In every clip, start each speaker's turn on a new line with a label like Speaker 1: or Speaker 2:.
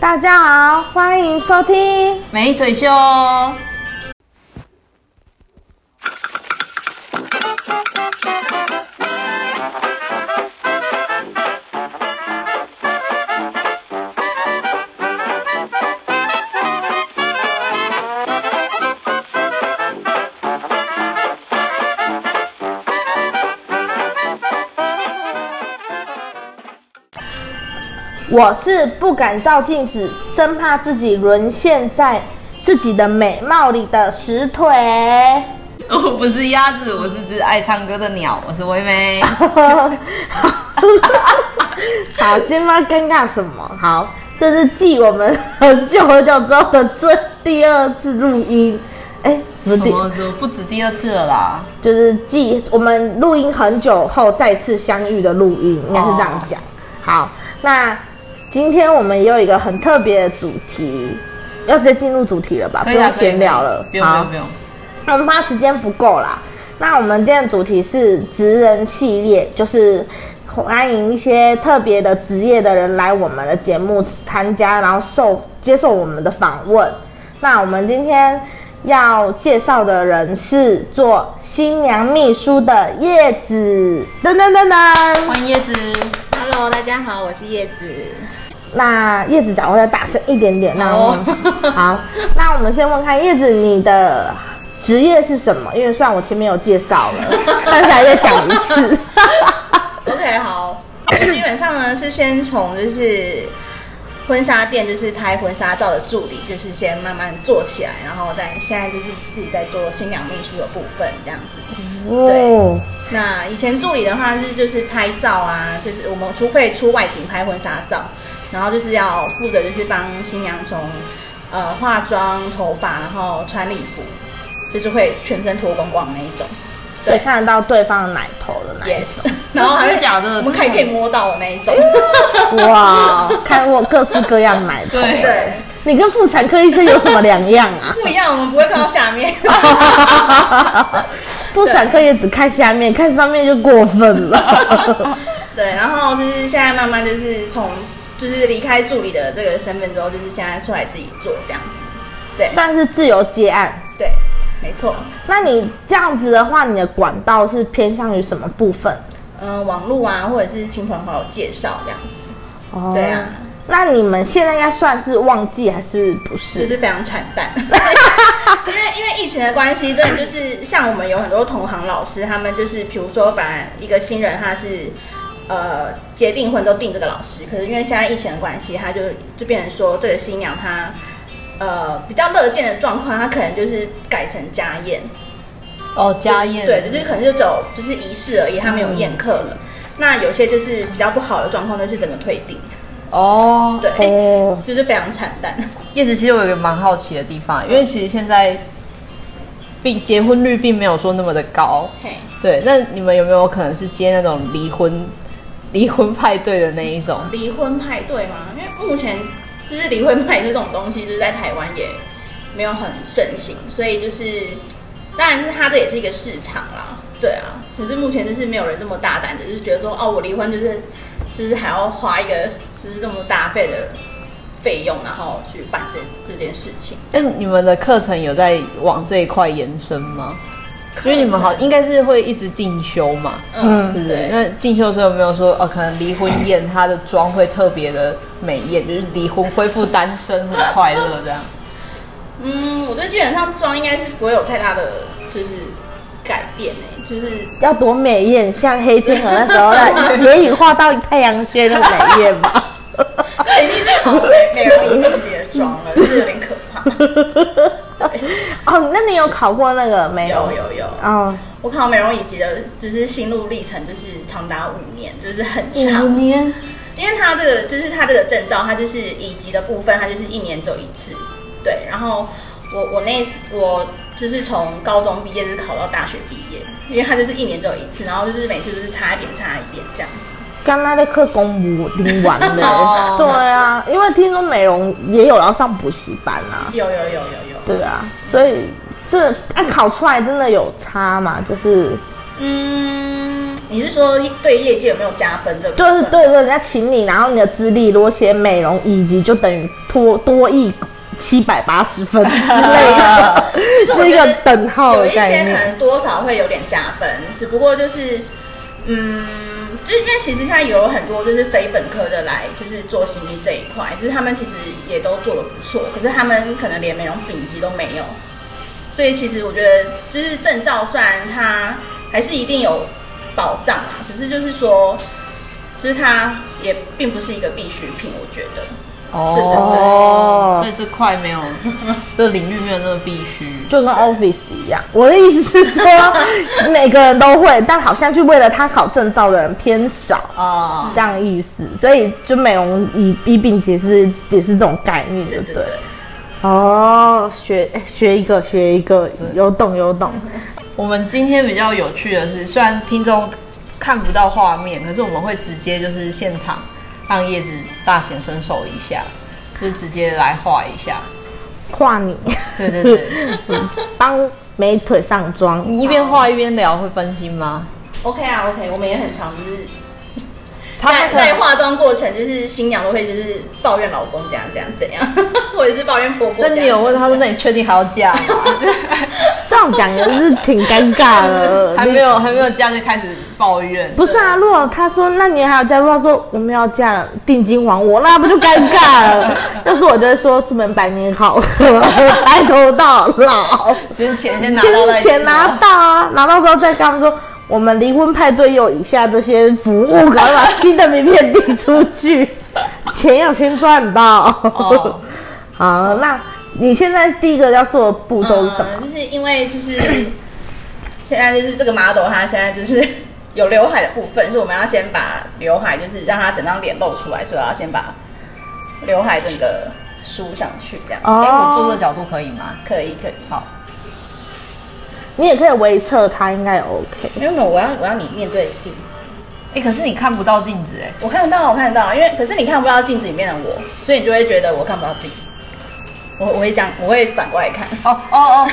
Speaker 1: 大家好，欢迎收听。
Speaker 2: 美腿秀，哦
Speaker 1: 我是不敢照镜子，生怕自己沦陷在自己的美貌里的石腿。
Speaker 2: 我不是鸭子，我是只爱唱歌的鸟，我是微妹。
Speaker 1: 好，今天要尴尬什么？好，这是继我们很久很久之后的这第二次录音。哎， 不
Speaker 2: 什
Speaker 1: 是第，
Speaker 2: 么时候不止第二次了啦？
Speaker 1: 就是继我们录音很久后再次相遇的录音，应该是这样讲。好，那今天我们也有一个很特别的主题，要直接进入主题了吧？啊不
Speaker 2: 可以啦
Speaker 1: 用闲聊了
Speaker 2: 可以可以。不用不
Speaker 1: 好
Speaker 2: 用不，用。
Speaker 1: 那我们怕时间不够啦。那我们今天的主题是职人系列，就是欢迎一些特别的职业的人来我们的节目参加，然后受接受我们的访问。那我们今天要介绍的人是做新娘秘书的叶子，噔噔噔噔。
Speaker 2: 欢迎椰子，
Speaker 3: Hello，大家好，我是叶子。
Speaker 1: 那叶子讲话再大声一点点，那我
Speaker 2: 好
Speaker 1: 们好，那我们先问看叶子你的职业是什么？因为虽然我前面有介绍了，但是还再讲一次。
Speaker 3: OK，好，基本上呢是先从就是婚纱店，就是拍婚纱照的助理，就是先慢慢做起来，然后再现在就是自己在做新娘秘书的部分这样子。
Speaker 1: 哦，
Speaker 3: 那以前助理的话是就是拍照啊，就是我们出会出外景拍婚纱照，然后就是要负责就是帮新娘从呃化妆、头发，然后穿礼服，就是会全身脱光光那一种。
Speaker 1: 所以看得到对方的奶头的那一
Speaker 3: Yes，然 后还
Speaker 2: 真
Speaker 3: 会
Speaker 2: 的假的
Speaker 3: 我们可以可以摸到的那一种。
Speaker 1: 种，哇，看过各式各样奶头。
Speaker 2: 对
Speaker 3: 对，啊
Speaker 1: 你跟妇产科医生有什么两样啊？
Speaker 3: 不一样，我们不会看到下 面。
Speaker 1: 妇产科也只看下面，看上面就过分了。
Speaker 3: 对，然后就是现在慢慢就是从就是离开助理的这个身份之后，就是现在出来自己做这样子。对
Speaker 1: 算是自由接案。
Speaker 3: 对，没错。
Speaker 1: 那你这样子的话，你的管道是偏向于什么部分？
Speaker 3: 嗯、网络啊，或者是亲朋好友介绍这样子，
Speaker 1: 哦
Speaker 3: 对啊。
Speaker 1: 那你们现在应该算是旺季还是不？
Speaker 3: 就是是非常惨淡。因为因为疫情的关系，真的就是像我们有很多同行老师，他们就是比如说把一个新人他是。呃，结订婚都订这个老师，可是因为现在疫情的关系，他就就变成说这个新娘她，呃，比较乐见的状况，她可能就是改成家宴，
Speaker 2: 哦，家
Speaker 4: 嗯
Speaker 2: 燕，
Speaker 3: 对，就是可能就走就是仪式而已，他没有宴客了。那有些就是比较不好的状况，就是整个退订，
Speaker 2: 哦。
Speaker 3: 对，
Speaker 1: 哦，
Speaker 3: 就是非常惨淡。
Speaker 2: 叶子，其实我有一个蛮好奇的地方，因为其实现在并结婚率并没有说那么的高，
Speaker 3: 嘿，
Speaker 2: 对。那你们有没有可能是接那种离婚离婚派对的那一种？
Speaker 3: 离婚派对吗？因为目前就是离婚派对这种东西，就是在台湾也没有很盛行，所以就是当然是它这也是一个市场啦，对啊。可是目前就是没有人这么大胆的，就是觉得说哦，我离婚就是就是还要花一个就是这么大费的费用，然后去办这这件事情。
Speaker 2: 那你们的课程有在往这一块延伸吗？因为你们好应该是会一直进修嘛，
Speaker 1: 嗯
Speaker 2: 对不对？那进修的时候有没有说哦，可能离婚宴它的妆会特别的美艳，就是离婚恢复单身很快乐这样？
Speaker 3: 嗯，我觉得基本上妆应该是不会有太大的就是改变诶、就是
Speaker 1: 要多美艳，像黑天鹅那时候 那眼影画到太阳穴的美艳吧。
Speaker 3: 已经是好美美容仪跟结妆了，就是有点可怕。
Speaker 1: 哦，那你有考过那个没
Speaker 3: 有有有，
Speaker 1: 哦，
Speaker 3: 我考美容以及的，就是心路历程，就是长达五年，就是很长。
Speaker 2: 年
Speaker 3: 因为它这个就是它这个证照，它就是乙级的部分，它就是一年只有一次。对，然后我我那一次我就是从高中毕业，就是考到大学毕业，因为它就是一年只有一次，然后就是每次就是差一点差一点这样。
Speaker 1: 刚那被课公务领完 了
Speaker 2: 哦。
Speaker 1: 对啊，因为听说美容也有要上补习班啊。
Speaker 3: 有有有有有。
Speaker 1: 对啊，所啊以这按考出来真的有差嘛？就是
Speaker 3: 嗯，你是说对业界有没有加分这部
Speaker 1: 就
Speaker 3: 分？，
Speaker 1: 是对对，人家请你，然后你的资历如果写美容以及就等于多多一七百八十分之类的
Speaker 3: 就是我
Speaker 1: 是一
Speaker 3: 觉
Speaker 1: 个
Speaker 3: 得
Speaker 1: 等号
Speaker 3: 有
Speaker 1: 的
Speaker 3: 一些
Speaker 1: 概
Speaker 3: 可
Speaker 1: 念。
Speaker 3: 能多少会有点加分，只不过就是，嗯，就是因为其实现在有很多就是非本科的来就是做行医这一块，就是他们其实也都做的不错，可是他们可能连美容丙级都没有，所以其实我觉得就是证照虽然它还是一定有保障啊，只是就是说，就是它也并不是一个必需品，我觉得。
Speaker 1: 哦
Speaker 4: 在这块没有，这领域没有那么必须。
Speaker 1: 就跟 Office 一样，我的意思是说，每个人都会，但好像就为了他考证照的人偏少，
Speaker 4: 啊，
Speaker 1: 这样意思。所以就美容医医病也是也是这种概念，对
Speaker 3: 对
Speaker 1: 不
Speaker 3: 对
Speaker 1: 对？
Speaker 3: 对。
Speaker 1: 哦，学学一个学一个，有懂有懂。
Speaker 4: 我们今天比较有趣的是，虽然听众看不到画面，可是我们会直接就是现场让叶子大显身手一下，就是直接来画一下。
Speaker 1: 画你，嗯
Speaker 4: 对对 对，
Speaker 1: 帮美腿上妆，
Speaker 4: 你一边画一边聊，会分心吗？
Speaker 3: OK 啊，OK，我们也很常就是
Speaker 4: 他
Speaker 3: 在
Speaker 4: 们可
Speaker 3: 在
Speaker 4: 能，
Speaker 3: 化妆过程，就是新娘都会就是抱怨老公怎样怎样怎样， 或者是抱怨婆婆
Speaker 4: 那
Speaker 3: 怎样。
Speaker 4: 你有问他说，那你确定还要嫁吗？
Speaker 1: 这样讲也是挺尴尬的。
Speaker 4: 还没有还没有嫁就开始抱怨
Speaker 1: 你，。不是啊，如果他说那你还有嫁入，他说我们要嫁了，定金还我，那不就尴尬了？ 要是我就会说祝门百年好 合，白头到老，
Speaker 4: 先钱先拿到
Speaker 1: 先
Speaker 4: 再
Speaker 1: 钱
Speaker 4: 说
Speaker 1: 拿到啊，拿到之后再跟他们说。我们离婚派对有以下这些服务，赶快把新的名片递出 去，钱要先赚到。
Speaker 4: 哦，
Speaker 1: 好，那你现在第一个要做的步骤是什么？
Speaker 3: 嗯就是因为就是现在就是这个 model 她现在就是 有刘海的部分，所以我们要先把刘海就是让她整张脸露出来，所以我要先把刘海整个梳上去，这样
Speaker 1: 哦
Speaker 4: 哎、我坐这个角度可以吗？
Speaker 3: 可以可以。
Speaker 4: 好，
Speaker 1: 你也可以围侧它，应该也 OK。
Speaker 3: 没有没有，我要我要你面对镜子，
Speaker 4: 哎、可是你看不到镜子哎、
Speaker 3: 我看得到我看得到，因为可是你看不到镜子里面的我，所以你就会觉得我看不到镜。我我会讲，我会反过来看。
Speaker 4: 哦哦哦，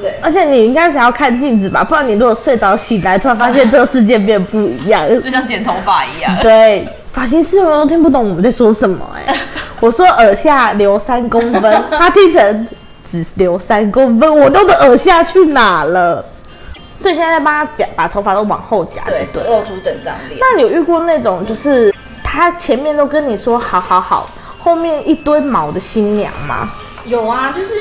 Speaker 3: 对，
Speaker 1: 而且你应该是要看镜子吧，不然你如果睡着醒来，突然发 现这个世界变不一样。
Speaker 4: 就像剪头发一 样。
Speaker 1: 对，发型师们都听不懂我们在说什么哎、我说耳下留三公分，他听成只留三公分，我都的耳下去哪了？所以现在在帮他夹，把头发都往后夹。
Speaker 3: 对，露出整张脸。
Speaker 1: 那你有遇过那种就是他前面都跟你说好好好，后面一堆毛的新娘吗？
Speaker 3: 有啊，就是，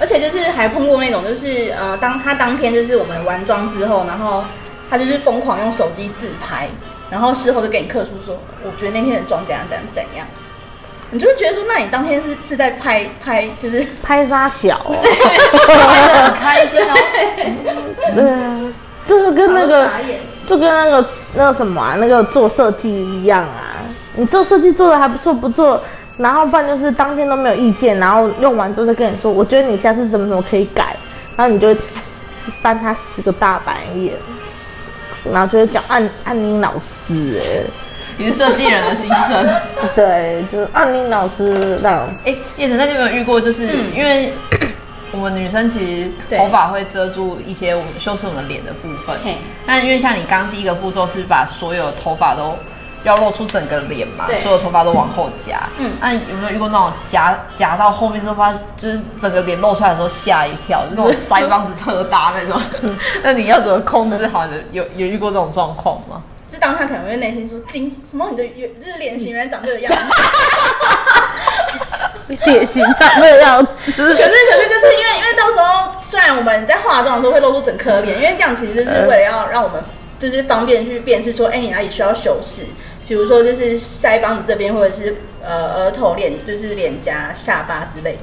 Speaker 3: 而且就是还碰过那种，就是呃，当他当天就是我们完妆之后，然后他就是疯狂用手机自拍，然后事后就给你客诉说，我觉得那天的妆怎样怎样怎样，你就会觉得说，那你当天是是在拍拍，就是
Speaker 1: 拍沙 小、哦，
Speaker 4: 拍的很开心哦，
Speaker 1: 对啊，这个跟那个
Speaker 3: 好傻眼
Speaker 1: 就跟那个那个什么啊，那个做设计一样啊，你做设计做的还不错不错，然后不然就是当天都没有意见，然后用完之后再跟你说，我觉得你下次怎么怎么可以改，然后你就翻他十个大白眼，然后就会讲按按你老师哎、
Speaker 4: 你是设计人的心声。
Speaker 1: 对，就是按你老师那样。
Speaker 4: 哎、叶子，那你有没有遇过？就是、因为 我们女生其实
Speaker 3: 对
Speaker 4: 头发会遮住一些我们修饰我们脸的部分
Speaker 3: 嘿，
Speaker 4: 那因为像你刚刚第一个步骤是把所有头发都。要露出整个脸嘛，
Speaker 3: 对
Speaker 4: 所有头发都往后夹。嗯
Speaker 3: 嗯，
Speaker 4: 那有没有遇过那种夹夹到后面之后发，就是整个脸露出来的时候吓一跳，就那种腮帮子特大那 种？那你要怎么控制好你的？有有遇过这种状况吗？
Speaker 3: 就是当他可能会内心说惊什么，你的原就是脸型原来长这个样子。
Speaker 1: 脸型长那 样子
Speaker 3: 可是，可是就是因为因为到时候虽然我们在化妆的时候会露出整颗脸，因为这样其实就是为了要让我们就是方便去辨识说，哎、你哪里需要修饰，比如说就是腮帮子这边，或者是呃额头、脸，就是脸颊、下巴之类的。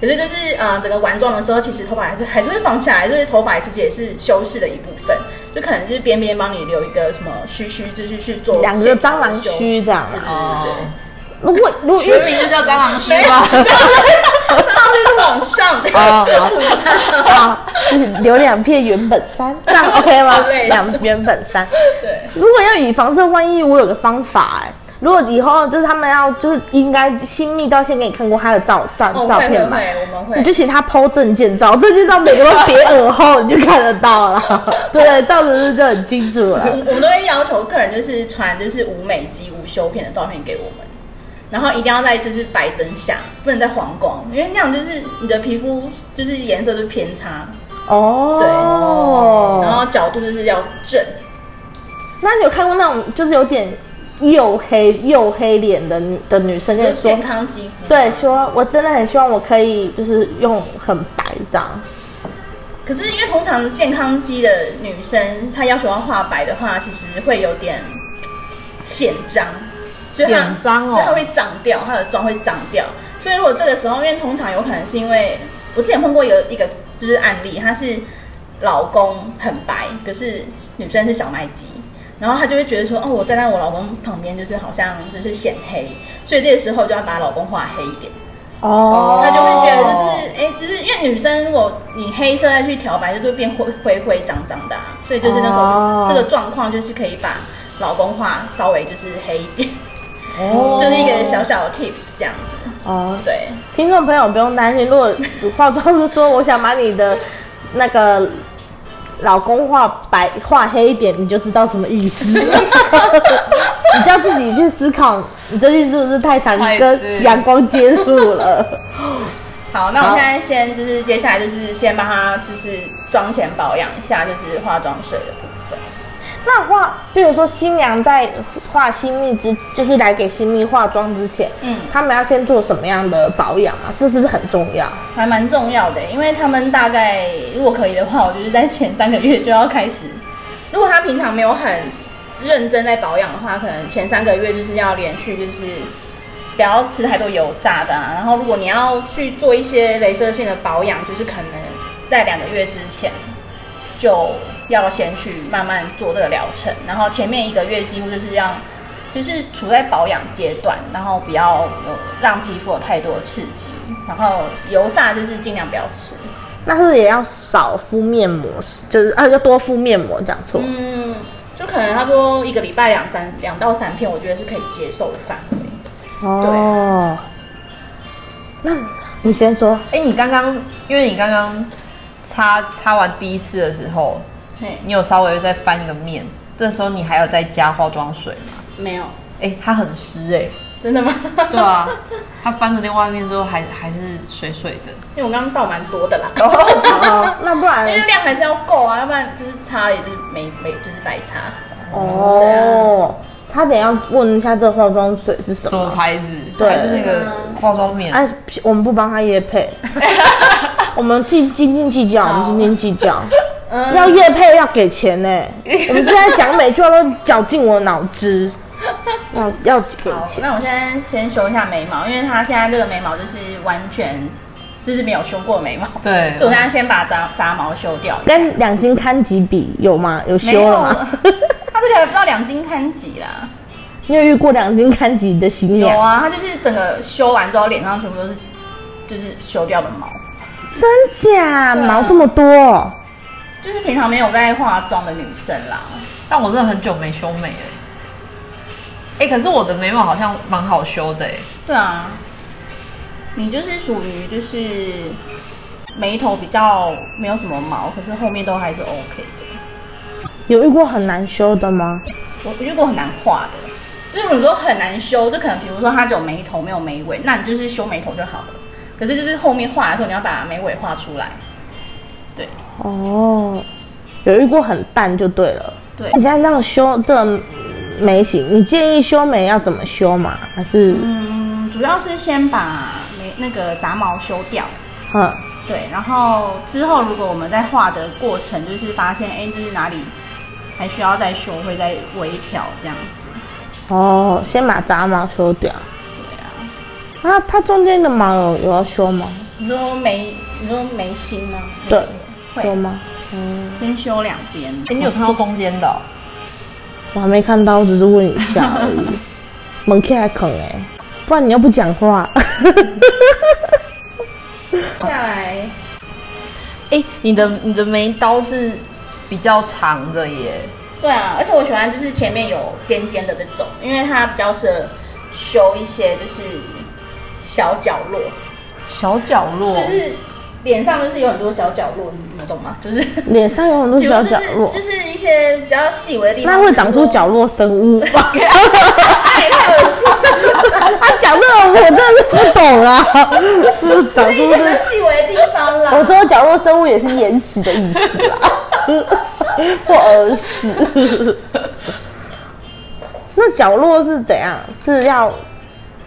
Speaker 3: 可是就是呃整个完妆的时候，其实头发还是还是会放下来，就是头发其实也是修饰的一部分，就可能就是边边帮你留一个什么须须，就是去做
Speaker 1: 两个
Speaker 3: 线条的
Speaker 1: 蟑螂
Speaker 3: 修饰
Speaker 1: 须这样
Speaker 3: 对对对对
Speaker 4: 哦
Speaker 3: 对。，
Speaker 1: 如果如果
Speaker 4: 学名就叫蟑螂 须吗？
Speaker 3: 然后就是往上的，
Speaker 1: 哦，好，好，啊留两片原本 三，这样 OK 吗
Speaker 3: 之？类的
Speaker 1: 两原本三。
Speaker 3: 对。
Speaker 1: 如果要以防这万一，我有个方法哎、如果以后就是他们要就是应该新密到先给你看过他的照照
Speaker 3: 哦，
Speaker 1: 照
Speaker 3: 会
Speaker 1: 片
Speaker 3: 会
Speaker 1: 吧。
Speaker 3: 会，我们
Speaker 1: 你
Speaker 3: 会。
Speaker 1: 就请他剖证件照，证件照每个都别耳后，你就看得到 了。对，这样子就很清楚
Speaker 3: 我
Speaker 1: 了。
Speaker 3: 我们都会要求客人就是传就是无美肌无修片的照片给我们，然后一定要在就是白灯下，不能在黄光，因为那样就是你的皮肤就是颜色就偏差，然
Speaker 1: 哦，
Speaker 3: 后角度就是要正。
Speaker 1: 那你有看过那种就是有点黝黑黝黑脸的女的女生跟
Speaker 3: 就
Speaker 1: 你
Speaker 3: 是
Speaker 1: 说
Speaker 3: 健，康肌肤。
Speaker 1: 对，，说我真的很希望我可以就是用很白这样。
Speaker 3: 可是因为通常健康肌的女生，她要求要画白的话，其实会有点显张，就她
Speaker 2: 显张哦
Speaker 3: 对它会长掉，她的妆会长掉。所以如果这个时候，因为通常有可能是因为我之前碰过一个一个就是案例，她是老公很白，可是女生是小麦肌。然后她就会觉得说，哦，我站在我老公旁边，就是好像就是显黑，所以这个时候就要把老公画黑一点。
Speaker 1: 哦
Speaker 3: 他就会觉得就是哎、就是因为女生我你黑色再去调白，就会变灰灰灰脏脏的、啊，所以就是那时候、
Speaker 1: 哦
Speaker 3: 这个状况就是可以把老公画稍微就是黑一点，
Speaker 1: 哦
Speaker 3: 就是一个小小的 tips 这样子。
Speaker 1: 哦，
Speaker 3: 对，
Speaker 1: 听众朋友不用担心，如果化妆师说我想把你的那个老公画白画黑一点，你就知道什么意 思。你就要自己去思考，你最近是不是太常
Speaker 2: 太
Speaker 1: 跟阳光接触了？
Speaker 3: 好，那
Speaker 1: 好
Speaker 3: 我现在先就是接下来就是先帮他就是妆前保养一下，就是化妆水的部分。
Speaker 1: 那画，比如说新娘在画新密之，就是来给新密化妆之前，嗯
Speaker 3: 嗯，
Speaker 1: 他们要先做什么样的保养啊？这是不是很重要？
Speaker 3: 还蛮重要的，因为他们大概如果可以的话，我就是在前三个月就要开始。如果他平常没有很认真在保养的话，可能前三个月就是要连续就是不要吃太多油炸的、啊。然后如果你要去做一些镭射性的保养，就是可能在两个月之前就要先去慢慢做这个疗程，然后前面一个月几乎就是让。就是处在保养阶段，然后不要有让皮肤有太多刺激，然后油炸就是尽量不要吃。
Speaker 1: 那是不是也要少敷面膜？就是啊，要多敷面膜，讲错。
Speaker 3: 嗯，就可能差不多一个礼拜两三两到三片，我觉得是可以接受的范围。
Speaker 1: 哦，那你先 说，
Speaker 2: 哎、你刚刚因为你刚刚擦擦完第一次的时候，
Speaker 3: 嘿，
Speaker 2: 你有稍微再翻一个面，这时候你还有再加化妆水吗？
Speaker 3: 没有，
Speaker 2: 哎、它很湿哎、
Speaker 3: 真的吗？
Speaker 2: 对啊，它翻了另外一面之后还还是水水的。
Speaker 3: 因为我刚刚倒蛮多的啦，
Speaker 1: 哦，那不
Speaker 3: 因为
Speaker 1: 然
Speaker 3: 量还是要够啊，要不然就是擦也就是没没就是白擦。
Speaker 1: 哦，差点要问一下这化妆水是什
Speaker 2: 什么
Speaker 1: 么？
Speaker 2: 牌子？
Speaker 1: 对
Speaker 2: 还是那个化妆棉？
Speaker 1: 哎、我们不帮他夜 配，我们斤斤斤计较，我们斤斤计较。
Speaker 3: 嗯
Speaker 1: 要夜配要给钱呢、我们现在讲每句话都绞尽我脑汁，要要给
Speaker 3: 好，
Speaker 1: 钱。
Speaker 3: 那我现在先修一下眉毛，因为它现在这个眉毛就是完全就是没有修过眉毛，
Speaker 2: 对
Speaker 3: 所以我现在先把杂杂毛修掉。
Speaker 1: 跟两斤堪吉比有吗？有
Speaker 3: 没有
Speaker 1: 修了吗？
Speaker 3: 它这个还不到两斤看几啦。
Speaker 1: 你有遇过两斤堪吉的新
Speaker 3: 有
Speaker 1: 娘？
Speaker 3: 啊，它就是整个修完之后，脸上全部都是就是修掉的毛，
Speaker 1: 真假？
Speaker 3: 对啊
Speaker 1: 毛这么多哦、
Speaker 3: 就是平常没有在化妆的女生啦。
Speaker 2: 但我真的很久没修眉了。哎、可是我的眉毛好像蛮好修的哎、
Speaker 3: 对啊，你就是属于就是眉头比较没有什么毛，可是后面都还是 OK 的。
Speaker 1: 有遇过很难修的吗？
Speaker 3: 我我遇过很难画的，就是你说很难修，就可能比如说它只有眉头没有眉尾，那你就是修眉头就好了。可是就是后面画的时候，你要把眉尾画出来。对
Speaker 1: 哦，有遇过很淡就对了。
Speaker 3: 对
Speaker 1: 你现在那个修这个眉形，你建议修眉要怎么修嘛？还是
Speaker 3: 嗯，主要是先把眉那个杂毛修掉。
Speaker 1: 嗯，
Speaker 3: 对，然后之后如果我们在画的过程，就是发现哎，诶就是哪里还需要再修，会再微调这样子。
Speaker 1: 哦，先把杂毛修掉。
Speaker 3: 对啊，
Speaker 1: 啊，它中间的毛有有要修吗？
Speaker 3: 你说眉，你说眉心吗？
Speaker 1: 对，有
Speaker 3: 会
Speaker 1: 吗？嗯，
Speaker 3: 先修两边。
Speaker 2: 哎、你有看到中间的哦、
Speaker 1: 我还没看到，我只是问一下而 已。门开还啃哎、不然你又不讲 话。
Speaker 3: 下来，
Speaker 2: 哎、你的你的眉刀是比较长的耶，
Speaker 3: 对啊，而且我喜欢就是前面有尖尖的这种，因为它比较适合修一些就是小角落，
Speaker 4: 小角落，
Speaker 1: 哦
Speaker 3: 就是脸上就是有很多小角落，你你懂吗？ 就是
Speaker 1: 脸上有很多
Speaker 3: 比如
Speaker 1: 小
Speaker 3: 说
Speaker 1: 角落，
Speaker 3: 就是就是一些比较细微的地方，
Speaker 1: 那会长出角
Speaker 3: 落，
Speaker 1: 落生 啊屋吧？
Speaker 3: 太哎恶心了。
Speaker 1: 他讲这个我真的是不懂 啊， 长
Speaker 3: 就是
Speaker 1: 出这
Speaker 3: 一些比较细微的地方啦。
Speaker 1: 我说角落生物也是眼屎的意思啦，或耳屎。那角落是怎样？是要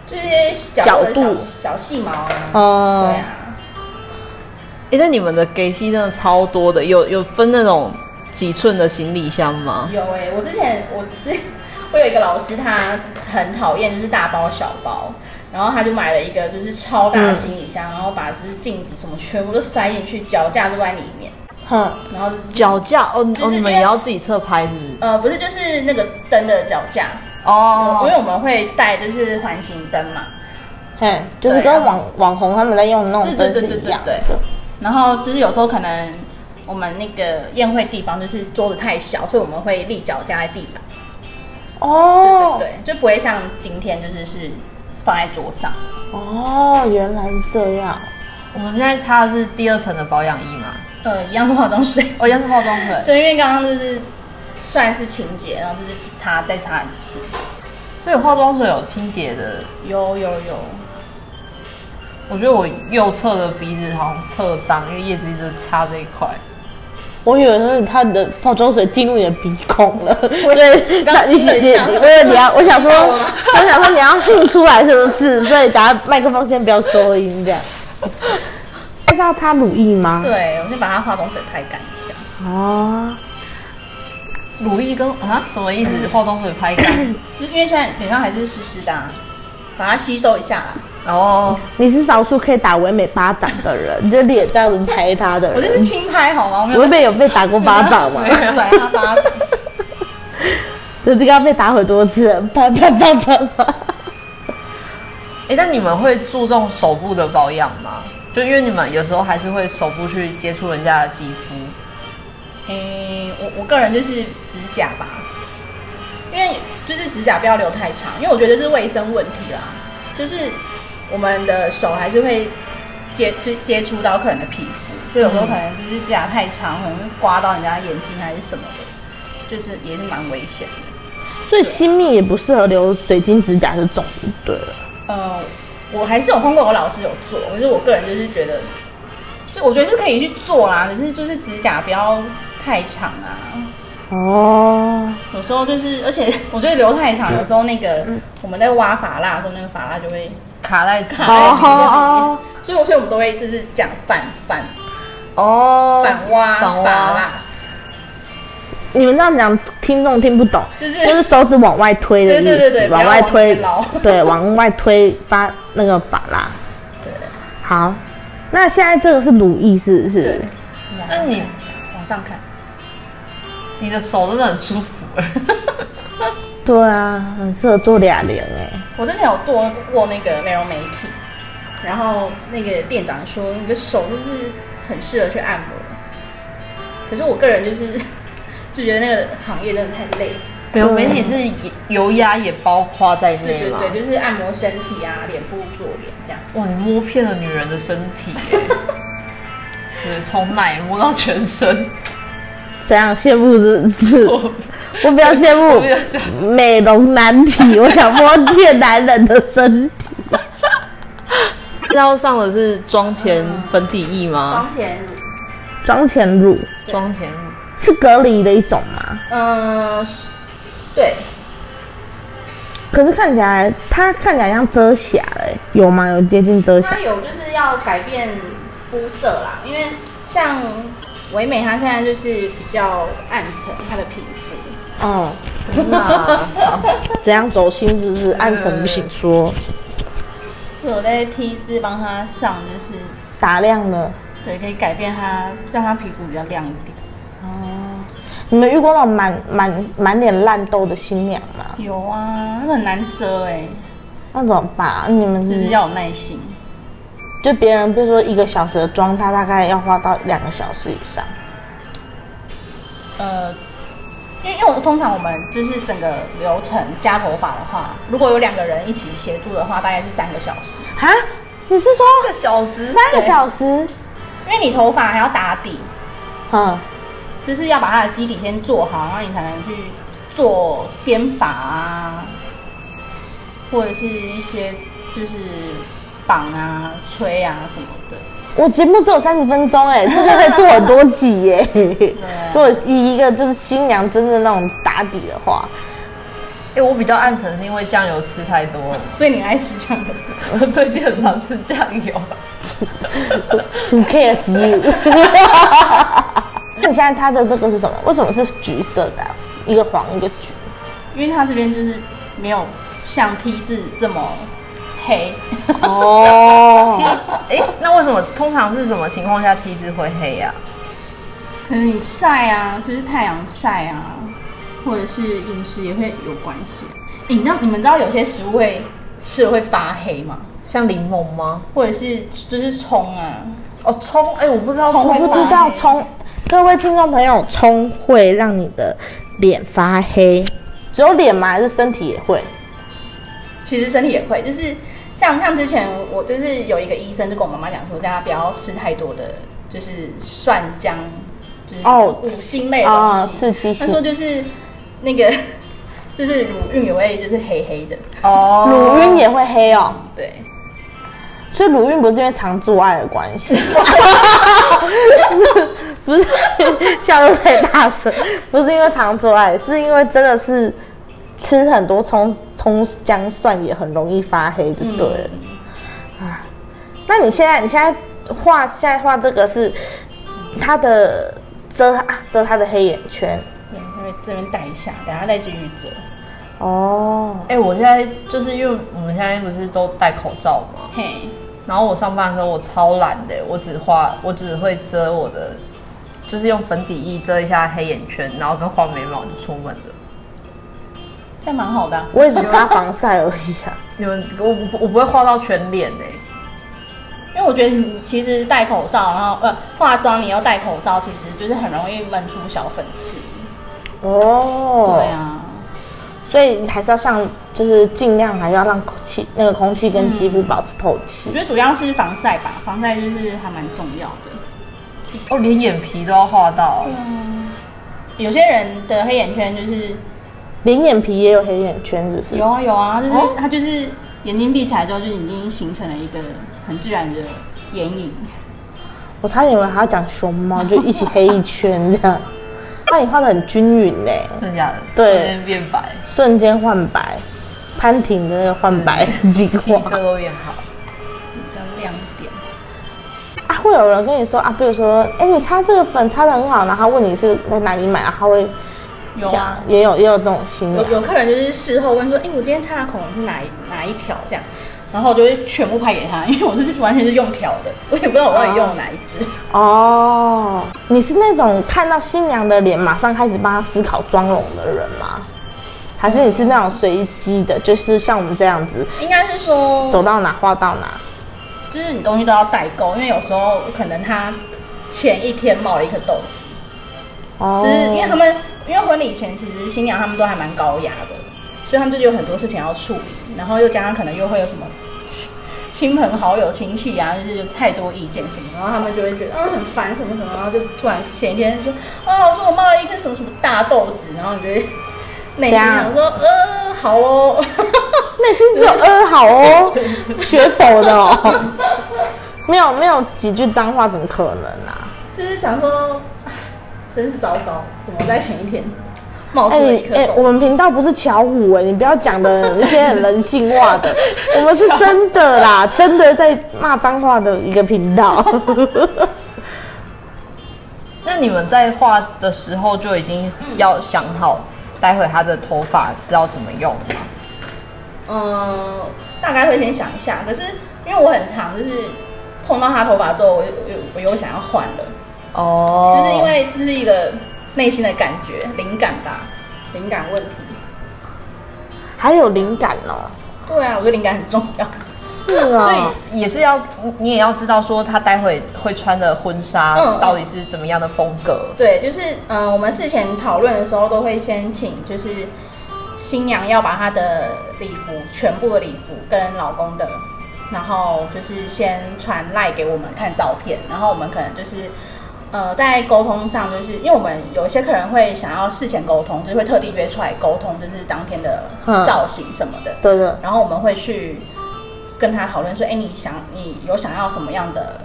Speaker 3: 就是一些角落的
Speaker 1: 角
Speaker 3: 小
Speaker 1: 度
Speaker 3: 小细毛啊。对
Speaker 1: 呃，
Speaker 3: 啊，
Speaker 4: 哎、那你们的 gay 系真的超多的，有有分那种几寸的行李箱吗？
Speaker 3: 有哎、我之前我之我有一个老师，他很讨厌就是大包小包，然后他就买了一个就是超大的行李箱，然后把就是镜子什么全部都塞进去，脚架都在里面，
Speaker 1: 哼，
Speaker 3: 然后
Speaker 4: 脚架哦
Speaker 3: 就是
Speaker 4: 哦，你们也要自己侧拍是不是？
Speaker 3: 呃不是就是那个灯的脚架，因
Speaker 4: 哦，
Speaker 3: 为我们会带就是环形灯嘛，
Speaker 1: 嘿，就是
Speaker 3: 对啊
Speaker 1: 跟网网红他们在用的那种
Speaker 3: 对
Speaker 1: 灯
Speaker 3: 对
Speaker 1: 是
Speaker 3: 对对
Speaker 1: 一样的
Speaker 3: 对。对然后就是有时候可能我们那个宴会地方就是桌子太小，所以我们会立脚架在地板。
Speaker 1: 哦，
Speaker 3: 对，就不会像今天就是是放在桌上。
Speaker 1: 哦，原来是这样。
Speaker 4: 我们现在擦的是第二层的保养液嘛？
Speaker 3: 呃，一样是化妆水。
Speaker 4: 哦，一样是化妆水，
Speaker 3: 对，因为刚刚就是算是清洁，然后就是擦再擦一次。
Speaker 4: 所以化妆水有清洁的。
Speaker 3: 有有有，
Speaker 4: 我觉得我右侧的鼻子好像特脏，因为叶子一直擦这一块。
Speaker 1: 我以为说你他的化妆水进入你的鼻孔了，对，
Speaker 3: 刚
Speaker 1: 那你
Speaker 3: 进了一
Speaker 1: 你
Speaker 3: 下
Speaker 1: 因为你 要，我想说，
Speaker 3: 知道了
Speaker 1: 我想说你要吐出来是不是？所以等下麦克风先不要收音这样。是要擦乳液吗？。
Speaker 3: 对，我就把它化妆水拍干一下。
Speaker 1: 哦，
Speaker 4: 乳液跟啊什么意思？化妆水拍 干。
Speaker 3: 就是因为现在脸上还是湿湿的、啊，把它吸收一下啦。
Speaker 4: 哦，
Speaker 1: 你是少数可以打唯美巴掌的人， 你就脸这样子拍他的
Speaker 3: 我这
Speaker 1: 人。
Speaker 3: 是轻拍好吗？我没有
Speaker 1: 唯美有被打过巴掌 吗？
Speaker 3: 甩甩它巴掌。
Speaker 1: 就这个要被打很多次了，啪啪啪啪啪。
Speaker 4: 哎、那你们会注重手部的保养吗？就因为你们有时候还是会手部去接触人家的肌肤。
Speaker 3: 诶、嗯我我个人就是指甲吧，因为就是指甲不要留太长，因为我觉得这是卫生问题啦。就是我们的手还是会接就是接触到客人的皮肤，所以有时候可能就是指甲太长，可能会刮到人家眼睛还是什么的，就是也是蛮危险的。
Speaker 1: 所以新密也不适合留水晶指甲是种就对了。
Speaker 3: 呃，我还是有碰过我老师有做，可是我个人就是觉得，是我觉得是可以去做啦，可是就是指甲不要太长啊。
Speaker 1: 哦，
Speaker 3: 有时候就是，而且我觉得留太长，有时候那个、
Speaker 4: 嗯
Speaker 3: 我们在挖法蜡的时候，那个法蜡就会
Speaker 4: 卡在指
Speaker 3: 卡
Speaker 1: 哦
Speaker 4: 甲
Speaker 3: 在指甲里面
Speaker 1: 哦，
Speaker 3: 所以我所以我们都会就是讲反反
Speaker 4: 哦，
Speaker 3: 反挖
Speaker 4: 反
Speaker 3: 法
Speaker 4: 挖，
Speaker 3: 蜡，
Speaker 1: 你们这样讲，听众听不懂，
Speaker 3: 就是
Speaker 1: 就是手指往外推的意思，
Speaker 3: 对对对对
Speaker 1: 往外推
Speaker 3: 不要往里面捞，
Speaker 1: 对，往外推发那个法拉。
Speaker 3: 对
Speaker 1: 好，那现在这个是乳液是不是
Speaker 3: 对，
Speaker 4: 那你
Speaker 3: 往上看，
Speaker 4: 你的手真的很舒服。
Speaker 1: 对啊，很适合做俩脸哎。
Speaker 3: 我之前有做过那个美容美体，然后那个店长说你的手就是很适合去按摩，可是我个人就是 就觉得那个行业真的太累，
Speaker 4: 美容美体是油压也包括在
Speaker 3: 对
Speaker 4: 内
Speaker 3: 对
Speaker 4: 嘛？
Speaker 3: 对，就是按摩身体啊，脸部做脸这样。
Speaker 4: 哇，你摸遍了女人的身体耶， 就是从奶摸到全身。
Speaker 1: 怎样羡慕是不 是？
Speaker 4: 我
Speaker 1: 我比较羡
Speaker 4: 我比较想
Speaker 1: 慕美容男 体，我想摸遍男人的身体。
Speaker 4: 要上的是妆前粉底液吗？
Speaker 3: 妆前乳，
Speaker 1: 妆前乳
Speaker 4: 妆前乳
Speaker 1: 是隔离的一种吗？
Speaker 3: 嗯、对，
Speaker 1: 可是看起来它看起来像遮瑕哎，有吗？有接近遮瑕？
Speaker 3: 它有就是要改变肤色啦，因为像唯美，它现在就是比较暗沉，它的皮肤。
Speaker 1: 哦、
Speaker 4: 天哪好
Speaker 1: 怎样走心是不是？按什么不行说？
Speaker 3: 所以我在 T 字帮它上，就是
Speaker 1: 打亮了。
Speaker 3: 对，可以改变它，让它皮肤比较亮一点。
Speaker 1: 你们遇过那种满满满脸烂痘的新娘吗？
Speaker 3: 有啊，那个很难遮哎、
Speaker 1: 那怎么办啊？你们
Speaker 3: 就是
Speaker 1: 是
Speaker 3: 要有耐心。
Speaker 1: 就别人比如说一个小时的妆，她大概要花到两个小时以上。
Speaker 3: 呃，因为因为我通常我们就是整个流程加头发的话，如果有两个人一起协助的话，大概是三个小时。
Speaker 1: 啊？你是说
Speaker 2: 一个小时
Speaker 1: 三个小时？
Speaker 3: 因为你头发还要打底，
Speaker 1: 嗯，
Speaker 3: 就是要把它的基底先做好，然后你才能去做编发啊，或者是一些就是绑啊、吹啊什么的。
Speaker 1: 我节目只有三十分钟，哎，这个可以做很多集耶。
Speaker 3: 啊
Speaker 1: 如果以一个就是新娘真的那种打底的话，
Speaker 2: 哎、我比较暗沉是因为酱油吃太多了，
Speaker 3: 所以你爱吃酱油是吗？
Speaker 2: 我 最近很常吃酱 油。
Speaker 1: Who cares you？那你现在擦的这个是什么？为什么是橘色的啊、一个黄，一个橘。
Speaker 3: 因为它这边就是没有像 T 字这么黑，
Speaker 1: 哦
Speaker 2: 哎、那为什么通常是什么情况下 T 字会黑啊呀、
Speaker 3: 可能你晒啊，就是太阳晒啊，或者是饮食也会有关系。诶你知道你们知道有些食物会吃了会发黑吗？
Speaker 2: 像柠檬吗？
Speaker 3: 或者是就是葱啊，
Speaker 2: 哦，葱，哎、我不知道
Speaker 3: 葱
Speaker 1: 我
Speaker 2: 葱
Speaker 1: 不知道葱，各位听众朋友，葱会让你的脸发黑，只有脸吗？还是身体也会？
Speaker 3: 其实身体也会，就是像像之前我就是有一个医生就跟我妈妈讲说，大家不要吃太多的就是蒜姜，就是
Speaker 1: 哦
Speaker 3: 五辛类的东西，
Speaker 1: 哦刺激性
Speaker 3: 他说就是那个就是乳晕也会就是黑黑的，
Speaker 2: 哦，
Speaker 1: 乳晕也会黑哦，
Speaker 3: 对。
Speaker 1: 所以乳晕不是因为常做爱的关系， 不是笑得太大声，不是因为常做爱，是因为真的是吃很多葱葱姜蒜也很容易发黑，就对了。啊，那你现在你现在画现在画这个是它的遮啊遮它的黑眼圈
Speaker 3: 对，这边这边带一下，等下再继续折。
Speaker 1: 哦，
Speaker 2: 哎、我现在就是因为我们现在不是都戴口罩吗？
Speaker 3: 嘿，
Speaker 2: 然后我上班的时候我超懒的，我只画，我只会遮我的，就是用粉底液遮一下黑眼圈，然后跟画眉毛就出门了。
Speaker 3: 这样蛮好的啊、
Speaker 1: 我也只擦防晒而已啊。
Speaker 2: 你们，我我不我不会画到全脸哎、
Speaker 3: 因为我觉得你其实戴口罩，然后呃化妆你要戴口罩，其实就是很容易闷出小粉刺。
Speaker 1: 哦，
Speaker 3: 对啊，
Speaker 1: 所以还是要像，就是尽量还是要让空气那个空气跟肌肤保持透
Speaker 3: 我
Speaker 1: 气。
Speaker 3: 觉得主要是防晒吧，防晒就是还蛮重要的。
Speaker 2: 哦，连眼皮都要画到。啊
Speaker 3: 有些人的黑眼圈就是
Speaker 1: 脸眼皮也有黑眼圈，是不是？
Speaker 3: 有啊有啊，就是、
Speaker 2: 哦
Speaker 3: 它就是眼睛闭起来之后，就已经形成了一个很自然的眼影。
Speaker 1: 我差点以为还要讲熊猫，就一起黑一圈这 样。那你画的很均匀呢、
Speaker 2: 真的假的？
Speaker 1: 对
Speaker 2: 瞬间变白，
Speaker 1: 瞬间换白，潘婷的那个换白
Speaker 3: 嗯
Speaker 1: 计
Speaker 2: 气
Speaker 1: 划
Speaker 2: 色都变好。
Speaker 3: 比较亮点，
Speaker 1: 啊，会有人跟你说啊，比如说，哎、你擦这个粉擦的很好，然后他问你是在哪里买，然后他会
Speaker 3: 有啊
Speaker 1: 想也有也有这种新娘
Speaker 3: 有，有客人就是事后问说：“哎、我今天擦的口红是哪一哪一条？”这样，然后我就会全部拍给他，因为我就是完全是用调的，我也不知道我到底用了哪一支。
Speaker 1: 哦，你是那种看到新娘的脸马上开始帮她思考妆容的人吗？还是你是那种随机的，就是像我们这样子，
Speaker 3: 应该是说，
Speaker 1: 走到哪画到哪？
Speaker 3: 就是你东西都要代购，因为有时候可能他前一天冒了一颗痘子，
Speaker 1: 哦
Speaker 3: 就是因为他们因为婚礼前其实新娘他们都还蛮高雅的，所以他们就有很多事情要处理，然后又加上可能又会有什么。亲朋好友、亲戚啊，就是有太多意见什么，然后他们就会觉得啊很烦什么什么，然后就突然前一天说啊老师我冒了一个什么什么大豆子，然后你就嗯会内心想说呃好哦，
Speaker 1: 内心只有呃好哦， 学否的哦，没有没有几句脏话怎么可能啊？
Speaker 3: 就是想说唉 真是糟糕，怎么在前一天冒
Speaker 1: 哎、
Speaker 3: 出了一
Speaker 1: 你
Speaker 3: 颗
Speaker 1: 哎、我
Speaker 3: 豆？
Speaker 1: 们频道不是巧虎哎、你不要讲的一些很人性化 的，我们是真的啦，真的在骂脏话的一个频道。
Speaker 2: 那你们在画的时候就已经要想好，待会他的头发是要怎么用吗？
Speaker 3: 嗯，大概会先想一下，可是因为我很常就是碰到他头发之后，我又我又我又想要换了，
Speaker 2: 哦
Speaker 3: 就是因为就是一个内心的感觉、灵感吧，灵感问题。
Speaker 1: 还有灵感哦，
Speaker 3: 对啊，我觉得灵感很重要。
Speaker 1: 是哦，
Speaker 2: 所以也是要你你也要知道说他待会会穿的婚纱
Speaker 3: 嗯
Speaker 2: 到底是怎么样的风格。
Speaker 3: 对，就是嗯、呃我们事前讨论的时候都会先请，就是新娘要把她的礼服全部的礼服跟老公的，然后就是先传赖给我们看照片，然后我们可能就是。呃，在沟通上，就是因为我们有些客人会想要事前沟通，就是会特地约出来沟通，就是当天的
Speaker 1: 嗯
Speaker 3: 造型什么的。
Speaker 1: 对对，
Speaker 3: 然后我们会去跟他讨论说，哎，你想你有想要什么样的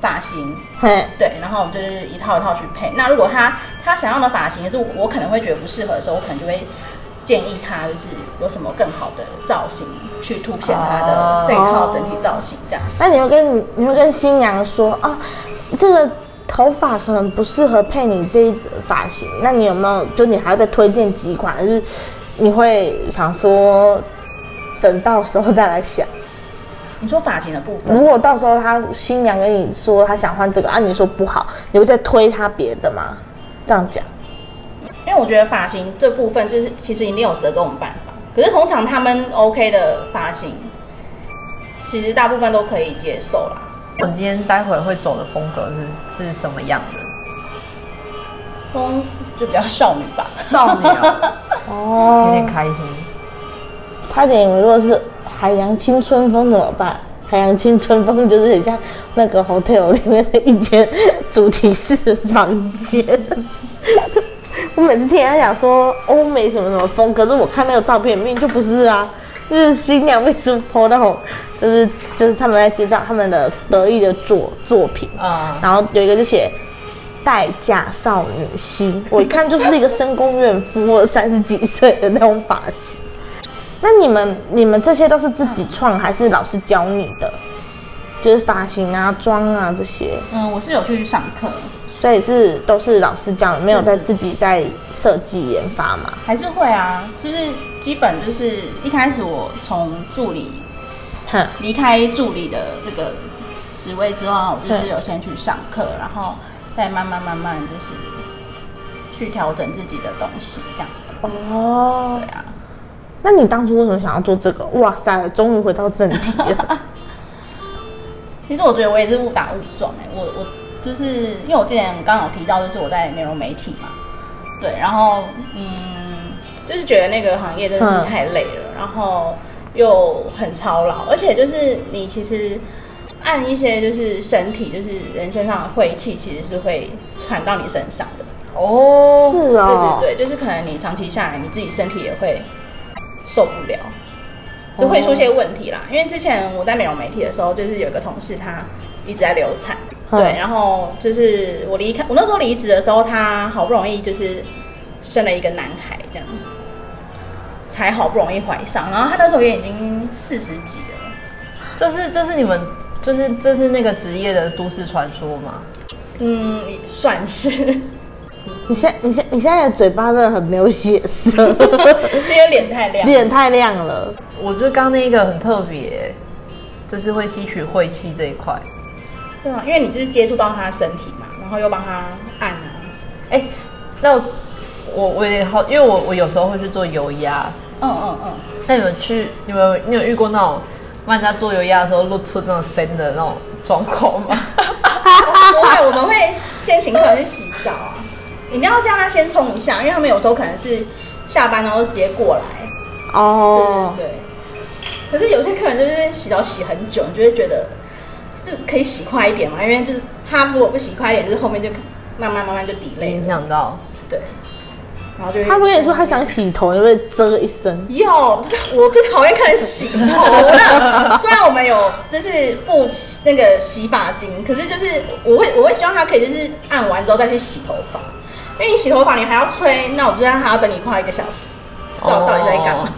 Speaker 3: 发型，
Speaker 1: 嘿，
Speaker 3: 对，然后我们就是一套一套去配。那如果他他想要的发型是我我可能会觉得不适合的时候，我可能就会建议他就是有什么更好的造型去凸显他
Speaker 2: 哦
Speaker 3: 的这一套整体造型这样。
Speaker 1: 那你会跟你你会跟新娘说啊，这个头发可能不适合配你这一发型，那你有没有就你还要再推荐几款，还是你会想说等到时候再来想？
Speaker 3: 你说发型的部分，
Speaker 1: 如果到时候她新娘跟你说她想换这个，啊你说不好，你会再推她别的吗？这样讲，
Speaker 3: 因为我觉得发型这部分就是其实一定有折中的办法，可是通常他们 OK 的发型，其实大部分都可以接受啦。
Speaker 2: 我们今天待会会走的风格是是什么样的？
Speaker 3: 风就比较少女吧，
Speaker 2: 少女、啊，有点
Speaker 1: 哦，
Speaker 2: 开心。
Speaker 1: 差点以为如果是海洋青春风怎么办？海洋青春风就是很像那个 hotel 里面的一间主题式的房间。 我每次听人家讲说欧美什么什么风，可是我看那个照片里面就不是啊，就是新娘为什么 po 那种，就是就是他们在介绍他们的得意的作作品，
Speaker 2: 嗯，
Speaker 1: 然后有一个就写待嫁少女心，我一看就是一个深宫怨妇或者三十几岁的那种发型。那你们你们这些都是自己创还是老师教你的？就是发型啊、妆啊这些，
Speaker 3: 嗯，我是有去上课，
Speaker 1: 所以是都是老师教你，没有在自己在设计研发嘛？
Speaker 3: 还是会啊，就是基本就是一开始我从助理
Speaker 1: 哼，
Speaker 3: 离开助理的这个职位之后，我就是有先去上课，然后再慢慢慢慢就是去调整自己的东西，这样子。
Speaker 1: 哦
Speaker 3: 对，啊，
Speaker 1: 那你当初为什么想要做这个？哇塞，终于回到正题 了。
Speaker 3: 其实我觉得我也是误打误撞哎、我我就是因为我之前刚好提到，就是我在美容媒体嘛，对，然后嗯，就是觉得那个行业真的是太累了，然后又很操劳，而且就是你其实按一些就是身体就是人身上的晦气，其实是会传到你身上的，
Speaker 2: 哦，
Speaker 1: 是哦，
Speaker 3: 对对对，就是可能你长期下来，你自己身体也会受不了，就会出
Speaker 1: 哦
Speaker 3: 现问题啦。因为之前我在美容媒体的时候，就是有一个同事她一直在流产，
Speaker 1: 嗯
Speaker 3: 对，然后就是我离开，我那时候离职的时候，她好不容易就是生了一个男孩，这样才好不容易怀上，然后她那时候也已经四十几了。
Speaker 2: 这是这是你们就是这是那个职业的都市传说吗？
Speaker 3: 嗯，算是，因
Speaker 1: 你现你现你现在的嘴巴真的很没有血 色。
Speaker 3: 为脸太亮，
Speaker 1: 脸太亮了，
Speaker 2: 我觉得刚刚那个很特别，就是会吸取晦气这一块。
Speaker 3: 对啊，因为你就是接触到她身体嘛，然后又帮她按啊，
Speaker 2: 哎、那我我我也好，因为我我有时候会去做油压。
Speaker 3: 嗯嗯嗯，
Speaker 2: 那你们去你们有你有遇过那种帮人家做油压的时候露出那种深的那种状况吗？
Speaker 3: 不会，我们会先请客人去洗澡啊。你一定要叫他先冲一下，因为他们有时候可能是下班然后直接过来。
Speaker 1: 哦，
Speaker 3: 对对对。可是有些客人就是洗澡洗很久，你就会觉得这可以洗快一点嘛，因为就是他如果不洗快一点，就是后面就慢慢慢慢就抵累
Speaker 2: 影响到。
Speaker 3: 对，然后就会
Speaker 1: 他不跟你说他想洗头，因为遮一身，
Speaker 3: 哟，我最讨厌看人洗头了。虽然我们有就是付那个洗发精，可是就是我会我会希望他可以就是按完之后再去洗头发，因为你洗头发你还要吹，那我就让他要等你快一个小时，不知道我到底在干嘛。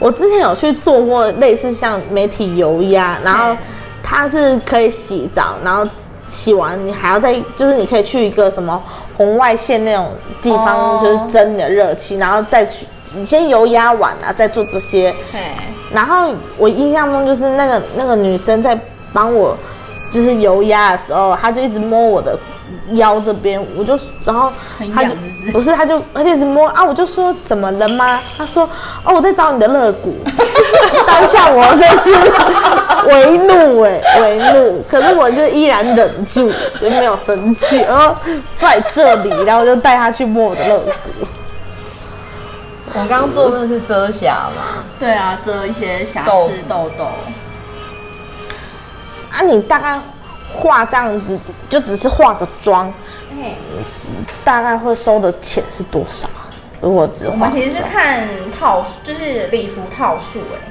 Speaker 1: 我之前有去做过类似像媒体油压，然后
Speaker 3: 嗯
Speaker 1: 它是可以洗澡，然后洗完你还要再就是你可以去一个什么红外线那种地方，
Speaker 3: 哦
Speaker 1: 就是蒸你的热气，然后再去你先油压完啊，再做这些。
Speaker 3: 哎，
Speaker 1: 然后我印象中就是那个那个女生在帮我就是油压的时候，她就一直摸我的腰这边，我就然后
Speaker 3: 很
Speaker 1: 她就
Speaker 3: 痒是不是
Speaker 1: 不是，她就她就一直摸啊，我就说怎么了吗？她说哦我在找你的肋骨， 当下我真是为怒哎、为怒。可是我就依然忍住，就没有生气。然后在这里，然后就带他去摸我的肋骨。
Speaker 2: 哦
Speaker 4: 我刚刚做的是遮瑕嘛，
Speaker 3: 对啊，遮一些瑕
Speaker 4: 痘
Speaker 3: 疵痘痘。
Speaker 1: 啊，你大概化这样子，就只是化个妆，
Speaker 3: 哎，
Speaker 1: 大概会收的钱是多少啊？如果只
Speaker 3: 我
Speaker 1: 化
Speaker 3: 们其实是看套数，就是礼服套数，哎，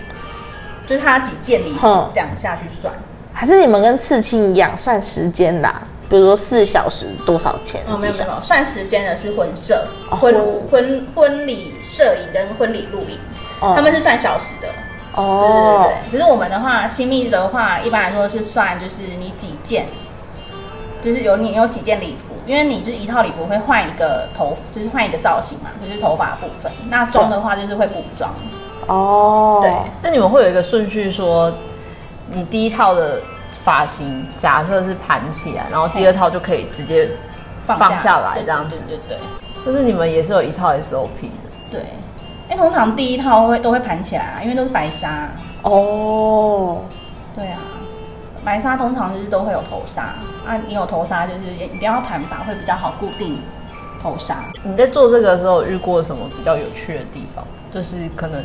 Speaker 3: 就是它几件礼服
Speaker 1: 哼
Speaker 3: 这样下去算。
Speaker 1: 还是你们跟刺青一样算时间的啊、比如说四小时多少钱？
Speaker 3: 哦，没有
Speaker 1: 几
Speaker 3: 没
Speaker 1: 小
Speaker 3: 有，没有算时间的是婚摄、
Speaker 1: 哦
Speaker 3: 婚
Speaker 1: 婚
Speaker 3: 婚婚礼摄影跟婚礼录影，
Speaker 1: 哦
Speaker 3: 他们是算小时的。对对
Speaker 1: 哦
Speaker 3: 对，可是我们的话，新密的话，一般来说是算就是你几件，就是有你有几件礼服，因为你就是一套礼服会换一个头，就是换一个造型嘛，就是头发部分。那妆的话就是会补妆，
Speaker 1: 哦，
Speaker 3: 对，
Speaker 4: 那你们会有一个顺序说，你第一套的发型假设是盘起来，然后第二套就可以直接，放下来
Speaker 3: 对
Speaker 4: 这样子
Speaker 3: 对对对
Speaker 4: 就是你们也是有一套 SOP 的。
Speaker 3: 对。因为通常第一套会都会盘起来啊，因为都是白纱。
Speaker 1: 哦，
Speaker 3: 对啊，白纱通常就是都会有头纱啊，你有头纱就是也一定要盘法会比较好固定头纱。
Speaker 4: 你在做这个的时候有遇过什么比较有趣的地方？就是可能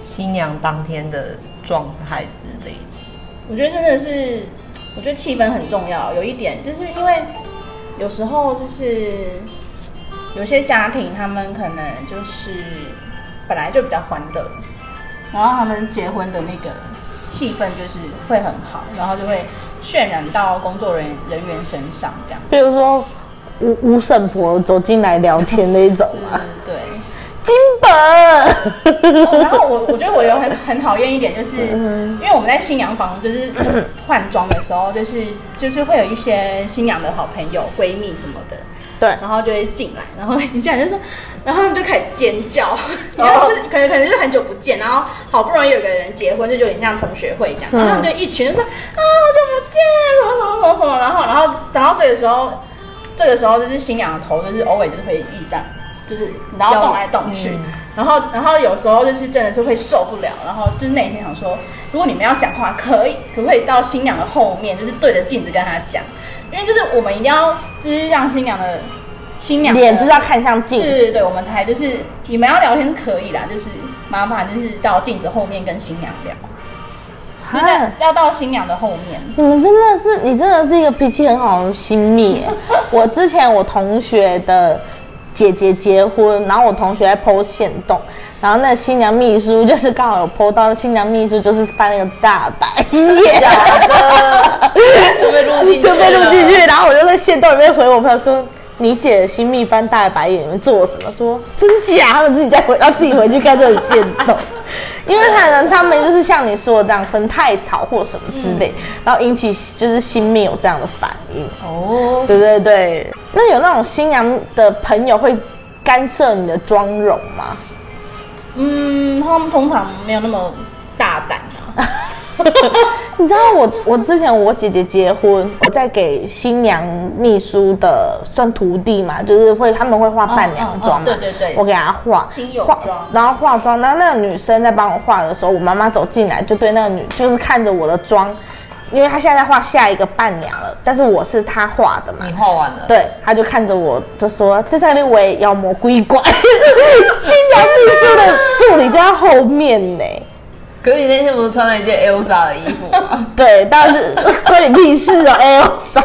Speaker 4: 新娘当天的状态之类的。
Speaker 3: 我觉得真的是，我觉得气氛很重要。有一点就是因为有时候就是有些家庭他们可能就是本来就比较欢乐，然后他们结婚的那个气氛就是会很好，然后就会渲染到工作人人员身上这样。
Speaker 1: 比如说吴吴婶婆走进来聊天那一种啊，
Speaker 3: 嗯，对。
Speaker 1: 金本，
Speaker 3: 哦然后我我觉得我有很很讨厌一点，就是因为我们在新娘房就是 换装的时候，就是就是会有一些新娘的好朋友、闺蜜什么的，
Speaker 1: 对，
Speaker 3: 然后就会进来，然后 一进来就说，然后他们就开始尖叫，然后就是可能可能就是很久不见，然后好不容易有个人结婚，就有点像同学会这样，然后他们就一群人说啊好久不见，什么什么什么什么，然后然后然后这个时候这个时候就是新娘的头就是偶尔就是会一荡，就是然后动来动去，然后然后有时候就是真的是会受不了，然后就是内心想说，如果你们要讲话，可以可不可以到新娘的后面，就是对着镜子跟她讲，因为就是我们一定要就是让新娘的新娘的
Speaker 1: 脸就是要看向
Speaker 3: 对
Speaker 1: 镜，
Speaker 3: 对对对，我们才就是你们要聊天可以啦，就是麻烦就是到镜子后面跟新娘聊，就是在
Speaker 1: 啊
Speaker 3: 要到新娘的后面。
Speaker 1: 你们真的是，你真的是一个脾气很好的新密耶。我之前我同学的姐姐结婚，然后我同学在剖线洞，然后那个新娘秘书就是刚好有剖到，新娘秘书就是翻了个大白眼。
Speaker 4: 就被录进 去
Speaker 1: 就
Speaker 4: 了
Speaker 1: 被录进去，然后我就在线洞里面回我朋友说：“你姐的新蜜翻大白眼，你们做什么？”说真假，他们自己再回，要自己回去看这个线洞，因为可能他们就是像你说的这样，可能太吵或什么之类，然后引起就是新蜜有这样的反应。
Speaker 4: 哦，
Speaker 1: 对对对，那有那种新娘的朋友会干涉你的妆容吗？
Speaker 3: 嗯，他们通常没有那么大胆啊。
Speaker 1: 你知道我我之前我姐姐结婚，我在给新娘秘书的算徒弟嘛，就是会他们会化伴娘妆嘛、
Speaker 3: 哦哦哦对对对
Speaker 1: 我给她化
Speaker 3: 亲友
Speaker 1: 化
Speaker 3: 妆
Speaker 1: 然后化妆，然后那个女生在帮我化的时候，我妈妈走进来就对那个女就是看着我的妆，因为她现在在化下一个伴娘了，但是我是她化的嘛
Speaker 4: 你，画完了。
Speaker 1: 对，她就看着我就说这上面为妖魔鬼怪，新娘秘书的助理就在后面呢、
Speaker 4: 可是你那天不是穿了一件 Elsa 的衣服吗？
Speaker 1: 对，但是关你屁事哦，Elsa！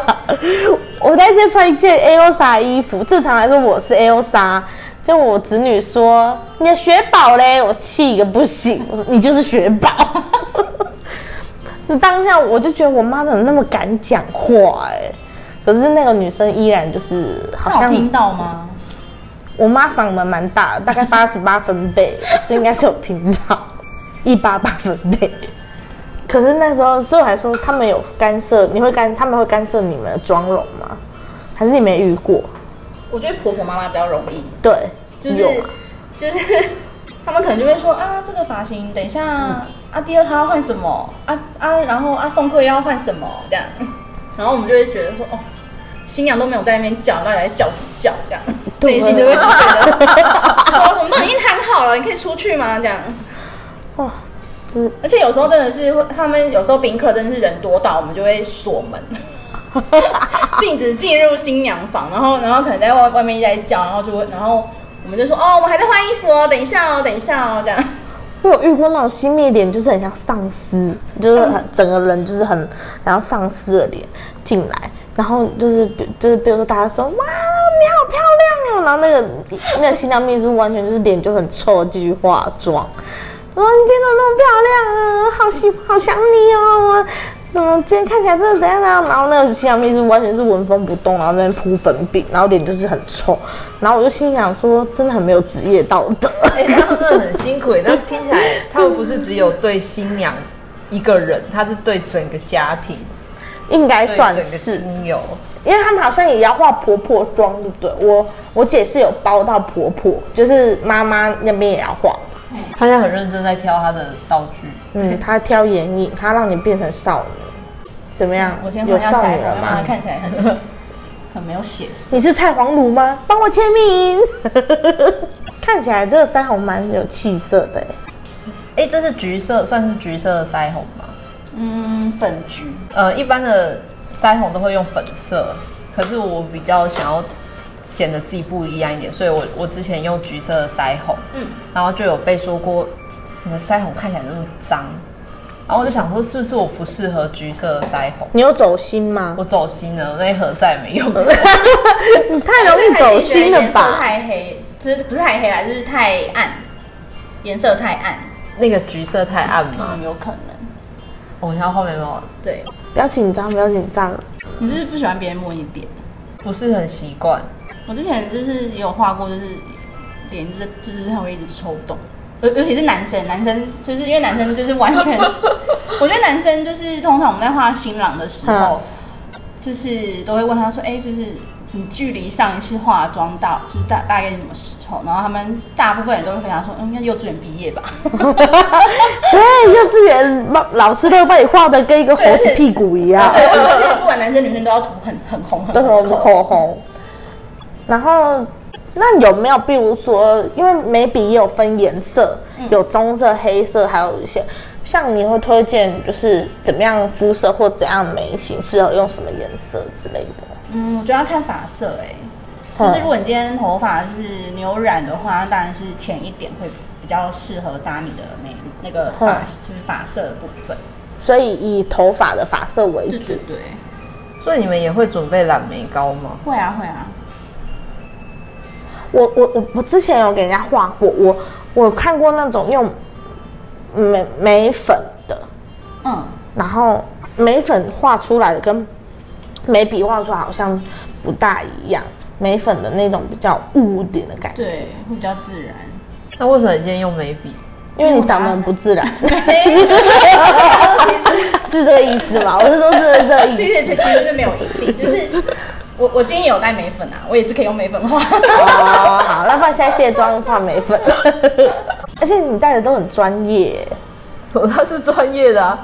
Speaker 1: 我那天穿一件 Elsa 衣服，正常来说我是 Elsa，就我侄女说你的雪宝嘞，我气个不行，我说你就是雪宝。 当下我就觉得我妈怎么那么敢讲话哎、可是那个女生依然就是好
Speaker 3: 那
Speaker 1: 像
Speaker 3: 有听到吗？
Speaker 1: 我妈嗓门蛮大的，大概 八十八分贝，就应该是有听到一八八分贝。可是那时候，所以我还说他们有干涉，你会干，他们会干涉你们的妆容吗？还是你没遇过？
Speaker 3: 我觉得婆婆妈妈比较容易，
Speaker 1: 对，
Speaker 3: 就是
Speaker 1: 有吗
Speaker 3: 就是他们可能就会说啊，这个发型等一下、啊，第二套要换什么啊啊，然后啊送客要换什么这样，然后我们就会觉得说哦，新娘都没有在那边叫，到底在叫什么叫这样，
Speaker 1: 对
Speaker 3: 内心就会哦觉得说我们都已经谈好了，你可以出去吗这样。
Speaker 1: 哇，是
Speaker 3: 而且有时候哦真的是会，他们有时候宾客真的是人多到我们就会锁门， 禁止进入新娘房，然后然后可能在外外面一直在叫，然后就会然后我们就说哦，我们还在换衣服哦，等一下哦，等一下哦，这 样。
Speaker 1: 我有遇过那种新密脸，就是很像丧尸，就是很整个人就是很然后丧尸的脸进来，然后就是比就是比如说大家说哇你好漂亮哦，然后那个那个新娘秘书完全就是脸就很臭，继续化妆，哇你今天怎么那么漂亮啊，好喜好想你哦，我怎么今天看起来真的怎样啊？然后那个新娘秘书完全是纹风不动，然后在那边铺粉饼，然后脸就是很臭，然后我就心想说真的很没有职业道德。
Speaker 4: 哎、欸，他们真的很辛苦欸。那听起来，他们不是只有对新娘一个人，他是对整个家庭，
Speaker 1: 应该
Speaker 4: 对整
Speaker 1: 算
Speaker 4: 个
Speaker 1: 是，
Speaker 4: 亲友。
Speaker 1: 因为他们好像也要化婆婆妆，对不对？我我姐是有包到婆婆，就是妈妈那边也要化。
Speaker 4: 他现在很认真在挑他的道具。
Speaker 1: 嗯，她挑眼影，她让你变成少女，怎么样？
Speaker 3: 嗯我先
Speaker 1: 有
Speaker 3: 换一下
Speaker 1: 少
Speaker 3: 腮
Speaker 1: 女了
Speaker 3: 红，让它
Speaker 1: 吗？
Speaker 3: 看起来很很没有血色。
Speaker 1: 你是蔡黄如吗？帮我签名。 看起来这个腮红蛮有气色的欸，
Speaker 4: 哎、这是橘色，算是橘色的腮红吗？
Speaker 3: 嗯，粉橘。
Speaker 4: 呃，一般的腮红都会用粉色，可是我比较想要显得自己不一样一点，所以我我之前用橘色的腮红，
Speaker 3: 嗯
Speaker 4: 然后就有被说过你的腮红看起来那么脏，然后我就想说是不是我不适合橘色的腮红？
Speaker 1: 你有走心吗？
Speaker 4: 我走心了，那一盒再也没用了。
Speaker 1: 你 太容易走心了
Speaker 3: 颜色
Speaker 1: 吧？
Speaker 3: 太黑，就是不是太黑啦，就是太暗，颜色太暗，
Speaker 4: 那个橘色太暗吗？
Speaker 3: 嗯，有可能。
Speaker 4: 我想要画眉毛，
Speaker 3: 对，
Speaker 1: 不要紧张，不要紧张。
Speaker 3: 你是不是不喜欢别人摸你点？
Speaker 4: 不是很习惯，
Speaker 3: 我之前就是也有画过，就是脸就是就是它会一直抽动，尤尤其是男生，男生就是因为男生就是完 全，我觉得男生就是通常我们在画新郎的时候，嗯就是都会问他说，哎、就是你距离上一次化妆到就是大大概是什么时候？然后他们大部分人都会回答说，嗯，应该幼稚园毕业吧。
Speaker 1: 对，幼稚园老老师都把你画的跟一个猴子屁股一 样。
Speaker 3: 对，而且不管男生女生都要涂很很红很
Speaker 1: 都
Speaker 3: 红
Speaker 1: 是
Speaker 3: 的口。
Speaker 1: 口红。然后，那有没有，比如说，因为眉笔也有分颜色，
Speaker 3: 嗯
Speaker 1: 有棕色、黑色，还有一些，像你会推荐就是怎么样肤色或怎样眉形适合用什么颜色之类的？
Speaker 3: 嗯，我觉得要看发色哎、就是如果你今天头发是牛染的话，当然是浅一点会比较适合搭你的眉那个发
Speaker 1: 嗯
Speaker 3: 就是发色的部分。
Speaker 1: 所以以头发的发色为
Speaker 3: 对
Speaker 1: 主。
Speaker 3: 对对，
Speaker 4: 所以你们也会准备染眉膏吗？
Speaker 3: 会啊会啊。
Speaker 1: 我我我我之前有给人家画过，我我看过那种用眉眉粉的，
Speaker 3: 嗯，
Speaker 1: 然后眉粉画出来的跟眉笔画出来好像不大一样，眉粉的那种比较雾一点的感觉，
Speaker 3: 对，会比较自 然。
Speaker 4: 那为什么你今天用眉笔？
Speaker 1: 因为你长得很不自然，
Speaker 3: 其实
Speaker 1: 是这个意思吗？我是说是这个意
Speaker 3: 其
Speaker 1: 思。
Speaker 3: 实其实是没有一定，就是我我今天有带眉粉啊，我也是可以用眉粉画。
Speaker 1: 哦，好，那不然现在卸妆画眉粉， 而且你戴的都很专业。
Speaker 4: 什么？他是专业的啊。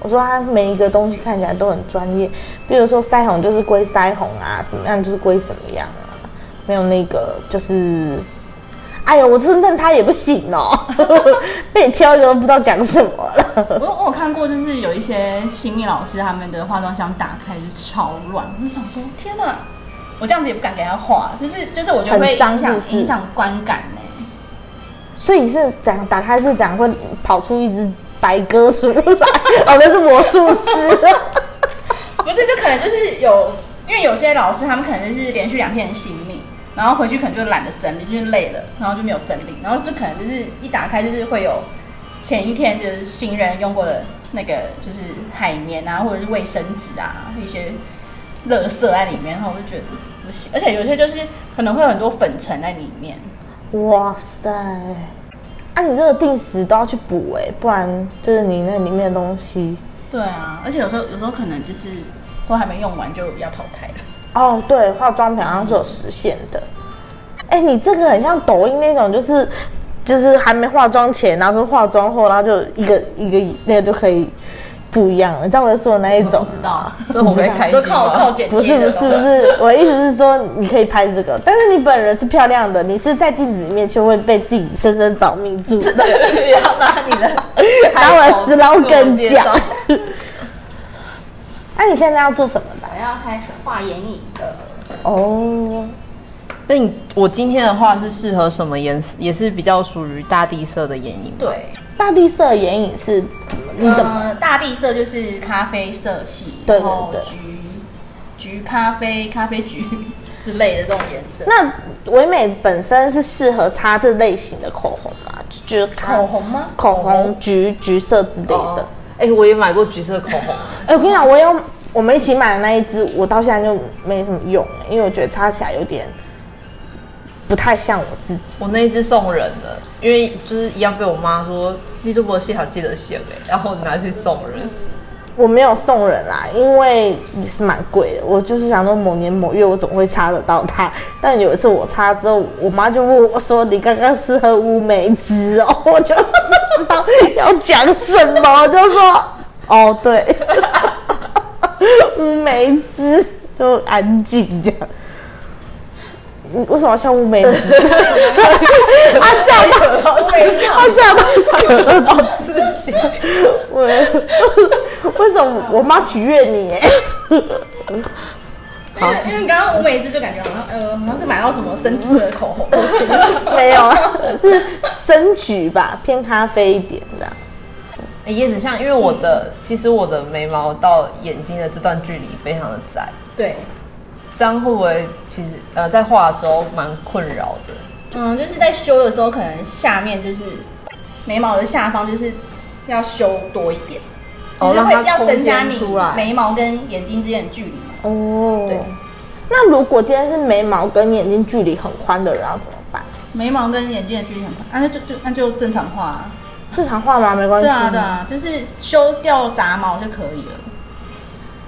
Speaker 1: 我说它每一个东西看起来都很专业，比如说腮红就是归腮红啊，什么样就是归什么样啊，没有那个就是，哎呦，我真认他也不行哦， 被你挑一个都不知道讲什么了。
Speaker 3: 我有我有看过，就是有一些新密老师他们的化妆箱打开就是超乱，我就想说天哪，我这样子也不敢给他画，就是就是我觉得会
Speaker 1: 很脏
Speaker 3: 影响
Speaker 1: 是不是
Speaker 3: 影响观感欸呢、
Speaker 1: 所以是怎样打开是怎样会跑出一只白鸽出来？哦，那是魔术师。
Speaker 3: 不是，就可能就是有，因为有些老师他们可能就是连续两天的新密，然后回去可能就懒得整理，就是累了，然后就没有整理，然后就可能就是一打开就是会有前一天就是新人用过的那个就是海绵啊，或者是卫生纸啊一些垃圾在里面，然后我就觉得不行，而且有些就是可能会有很多粉尘在里面。
Speaker 1: 哇塞！啊，你这个定时都要去补哎、不然就是你那里面的东西。
Speaker 3: 对啊，而且有时候有时候可能就是都还没用完就要淘汰了。
Speaker 1: 哦，对，化妆品好像是有时限的。哎、你这个很像抖音那种，就是就是还没化妆前，然后跟化妆后，然后就一个一个那个就可以不一样的，你知道我在说的那一种吗？
Speaker 3: 知道
Speaker 4: 那我会开
Speaker 3: 就
Speaker 4: 心
Speaker 3: 靠
Speaker 4: 吗
Speaker 3: 靠 剪
Speaker 1: 不
Speaker 3: 接
Speaker 1: 是
Speaker 3: 的
Speaker 1: 不是
Speaker 3: 东
Speaker 1: 不
Speaker 3: 西，
Speaker 1: 是，我的意思是说，你可以拍这个，但是你本人是漂亮的，你是在镜子里面却会被自己深深着迷住的。
Speaker 4: 要拿你 的
Speaker 1: 拿我的
Speaker 4: 开头自我
Speaker 1: slogan
Speaker 4: 介
Speaker 1: 讲
Speaker 4: 绍。
Speaker 1: 那你现在要做什么的？
Speaker 3: 我要开始画眼影了。
Speaker 1: 哦，
Speaker 4: 那你我今天的话是适合什么颜色？也是比较属于大地色的眼影吗。
Speaker 3: 对，
Speaker 1: 大地色眼影是你怎么？
Speaker 3: 呃，大地色就是咖啡色系，
Speaker 1: 对对
Speaker 3: 然后
Speaker 1: 对
Speaker 3: 橘橘咖啡、咖啡橘 之类的这种颜色。
Speaker 1: 那唯美本身是适合擦这类型的口红吗？就是看
Speaker 3: 口红吗
Speaker 1: 口红橘橘色之类
Speaker 4: 哦
Speaker 1: 的。
Speaker 4: 哎、我也买过橘色口红，
Speaker 1: 哎、我跟你讲，我有我们一起买的那一支，我到现在就没什么用、哎因为我觉得擦起来有点不太像我自己。
Speaker 4: 我那一支送人的，因为就是一样被我妈说你这波戏好记得写哎，然后我拿去送人。
Speaker 1: 我没有送人啦，因为也是蛮贵的。我就是想说某年某月我总会擦得到它，但有一次我擦之后，我妈就问我说：“你刚刚是喝乌梅汁哦？”我就不知道要讲什么，我就说：“哦，对， 乌梅汁。”就安静这样。你为什么要笑乌梅汁？他笑到，他笑到咳到自己。我为什么我妈取悦你？ 哎
Speaker 3: 因为因为刚刚吴美姿就感觉好像呃，好像是买到什么深紫色的口 红，
Speaker 1: 没有啊，是深橘吧，偏咖啡一点的。
Speaker 4: 哎、叶子像，因为我的、其实我的眉毛到眼睛的这段距离非常的窄，
Speaker 3: 对，
Speaker 4: 这样会不会其实呃在画的时候蛮困扰的？
Speaker 3: 嗯，就是在修的时候，可能下面就是眉毛的下方就是要修多一点，
Speaker 4: 哦
Speaker 3: 就是会
Speaker 4: 让它
Speaker 3: 要增加
Speaker 4: 空
Speaker 3: 你
Speaker 4: 间出来
Speaker 3: 眉毛跟眼睛之间的距离嘛。
Speaker 1: 哦
Speaker 3: 对，
Speaker 1: 那如果今天是眉毛跟眼睛距离很宽的人要怎么办？
Speaker 3: 眉毛跟眼睛的距离很宽，啊，那就就那就正常画、啊。
Speaker 1: 正常画吗？没关系。
Speaker 3: 对啊，对。啊，就是修掉杂毛就可以了，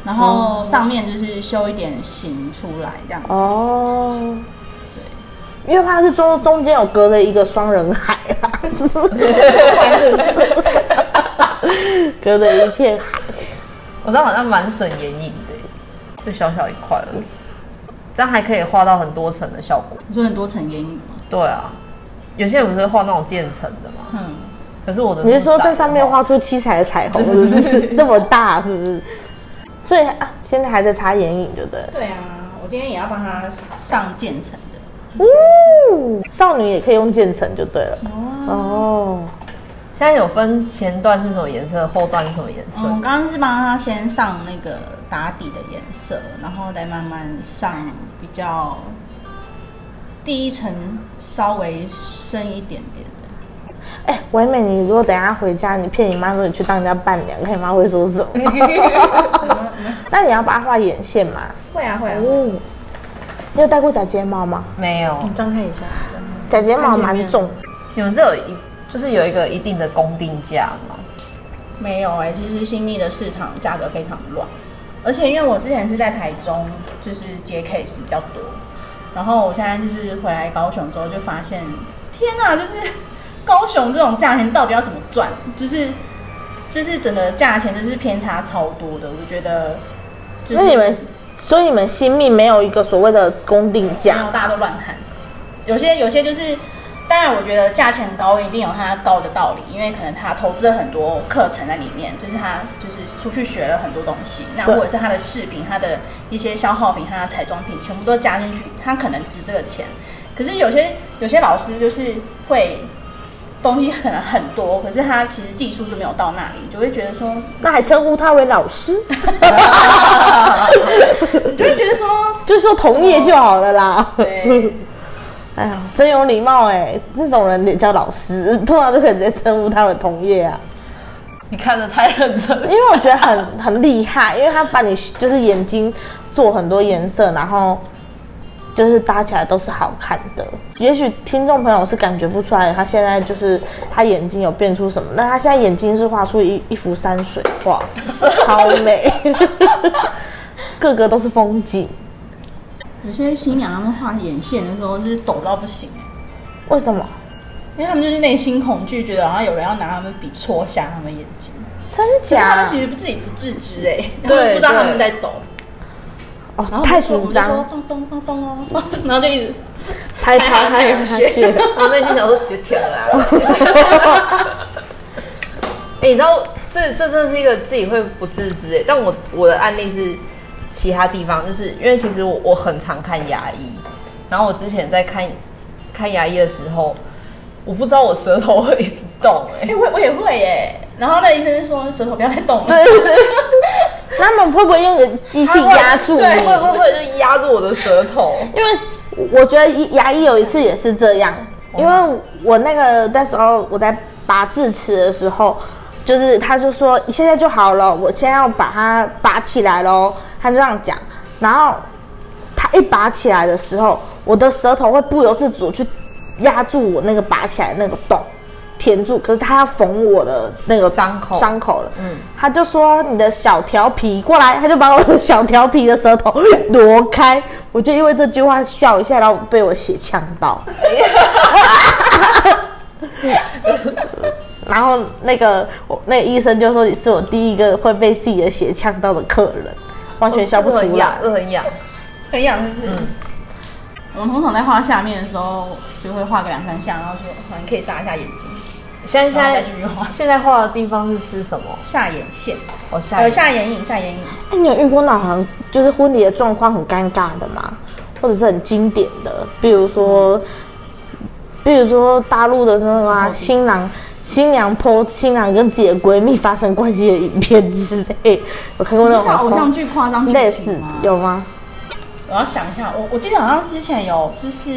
Speaker 3: 然后上面就是修一点形出来这样。
Speaker 1: 哦。因为怕是中中间有隔了一个双人海啊 啦， 隔了一片海。
Speaker 4: 我这样好像蛮省眼影的欸，就小小一块而已，这样还可以画到很多层的效果。
Speaker 3: 你说很多层眼影吗？
Speaker 4: 对啊，有些人不是画那种渐层的嘛，
Speaker 3: 嗯，
Speaker 4: 可是我的
Speaker 1: 你是
Speaker 4: 那么
Speaker 1: 说
Speaker 4: 窄
Speaker 1: 在上面
Speaker 4: 的话
Speaker 1: 画出七彩的彩虹，是不是 那么大？是不是？所以啊，现在还在擦眼影，就对了。
Speaker 3: 对啊，我今天也要帮他上渐层的。
Speaker 1: 哦，少女也可以用渐层，就对了。哦，
Speaker 4: 现在有分前段是什么颜色，后段是什么颜色？
Speaker 3: 嗯，我刚刚是帮他先上那个打底的颜色，然后再慢慢上比较第一层稍微深一点点的。
Speaker 1: 哎、唯美，你如果等一下回家，你骗你妈说你去当人家伴娘，看你妈会说什 么？ 那你要帮她画眼线吗？
Speaker 3: 会啊会啊，
Speaker 1: 哦，你有戴过假睫毛吗？
Speaker 4: 没有，
Speaker 3: 张开一下。
Speaker 1: 假睫毛蛮重的，
Speaker 4: 你们这有一就是有一个一定的公定价吗？
Speaker 3: 没有哎、其实新密的市场价格非常乱，而且因为我之前是在台中，就是接 case 比较多，然后我现在就是回来高雄之后就发现，天呐，就是高雄这种价钱到底要怎么赚？就是就是整个价钱就是偏差超多的，我觉得、就是。
Speaker 1: 那你们，所以你们新密没有一个所谓的公定
Speaker 3: 然
Speaker 1: 价
Speaker 3: 后大家都乱喊。有些有些就是，当然我觉得价钱高一定有它高的道理，因为可能他投资了很多课程在里面，就是他就是出去学了很多东西，那
Speaker 1: 对
Speaker 3: 或者是他的饰品、他的一些消耗品、他的彩妆品全部都加进去，他可能值这个钱。可是有些有些老师就是会东西可能很多，可是他其实技术就没有到那里，就会觉得说
Speaker 1: 那还称呼她为老师，
Speaker 3: 就会觉得说
Speaker 1: 就说同业就好了啦。
Speaker 3: 对。
Speaker 1: 哎呀，真有礼貌哎、那种人得叫老师， 通常就可以直接称呼他为同业啊。
Speaker 4: 你看的太认真了
Speaker 1: 因。为我觉得很很厉害，因为他把你就是眼睛做很多颜色，然后就是搭起来都是好看的。也许听众朋友是感觉不出来，他现在就是他眼睛有变出什么，那他现在眼睛是画出一一幅山水 画，超美， 个个都是风景。
Speaker 3: 有些新娘她们画眼线的时候就是抖到不行、
Speaker 1: 为什么？
Speaker 3: 因为他们就是内心恐惧，觉得好像有人要拿他们笔戳瞎他们眼睛。
Speaker 1: 真
Speaker 3: 其实他
Speaker 1: 假
Speaker 3: 啊们？其实自己不自知哎，他
Speaker 4: 对
Speaker 3: 们不知道他们在抖，
Speaker 1: 哦
Speaker 3: 然，后
Speaker 1: 太
Speaker 3: 我们就
Speaker 1: 主张，
Speaker 3: 说我们就说放松放松哦，放松，然后就一直
Speaker 1: 拍
Speaker 3: 拍
Speaker 1: 拍
Speaker 3: 好
Speaker 1: 拍
Speaker 3: 拍好
Speaker 1: 下去
Speaker 3: 学。
Speaker 4: 我内心想说学甜了 啊。哎、你知道这这真的是一个自己会不自知哎，但我我的案例是其他地方，就是因为其实我我很常看牙医，然后我之前在看看牙医的时候，我不知道我舌头会一直动 哎、
Speaker 3: 哎、我我也会哎、然后那医生就说舌头不要再动了，
Speaker 4: 对对，
Speaker 1: 那他们会不会用个机器压住
Speaker 4: 对，会
Speaker 1: 你？
Speaker 4: 会会就压住我的舌头，
Speaker 1: 因为我觉得牙医有一次也是这样，因为我那个那时候我在拔智齿的时候，就是他就说现在就好了，我现在要把它拔起来喽，他就这样讲。然后他一拔起来的时候，我的舌头会不由自主去压住我那个拔起来的那个洞。填住，可是他要缝我的那个
Speaker 4: 伤口
Speaker 1: 伤口了。嗯，他就说你的小调皮过来，他就把我的小调皮的舌头挪开。我就因为这句话笑一下，然后被我血呛到。 然后那个我那个医生就说你是我第一个会被自己的血呛到的客人，完全笑不出
Speaker 4: 很
Speaker 1: 来
Speaker 4: 痒，。这很痒。
Speaker 3: 很痒是不是？
Speaker 1: 嗯
Speaker 3: 我们通常在画下面的时候，就会画个两三下，然后说可能可以眨一下眼睛，
Speaker 4: 现在现
Speaker 3: 然后再
Speaker 4: 在
Speaker 3: 继续画
Speaker 4: 现在画的地方是是什么？
Speaker 3: 下眼线，
Speaker 4: 我下一
Speaker 3: 呃
Speaker 4: 个
Speaker 3: 下眼影下眼影，
Speaker 1: 哎、你有遇过那种很就是婚礼的状况很尴尬的吗？或者是很经典的，比如说，比如说大陆的那个
Speaker 3: 嗯
Speaker 1: 啊，新郎新娘剖新郎跟自己的闺蜜发生关系的影片之类，有看过那
Speaker 3: 就
Speaker 1: 种
Speaker 3: 像偶
Speaker 1: 吗
Speaker 3: 像剧夸张剧
Speaker 1: 类似
Speaker 3: 情吗？
Speaker 1: 有吗？
Speaker 3: 我要想一下，我我记得好像之前有就是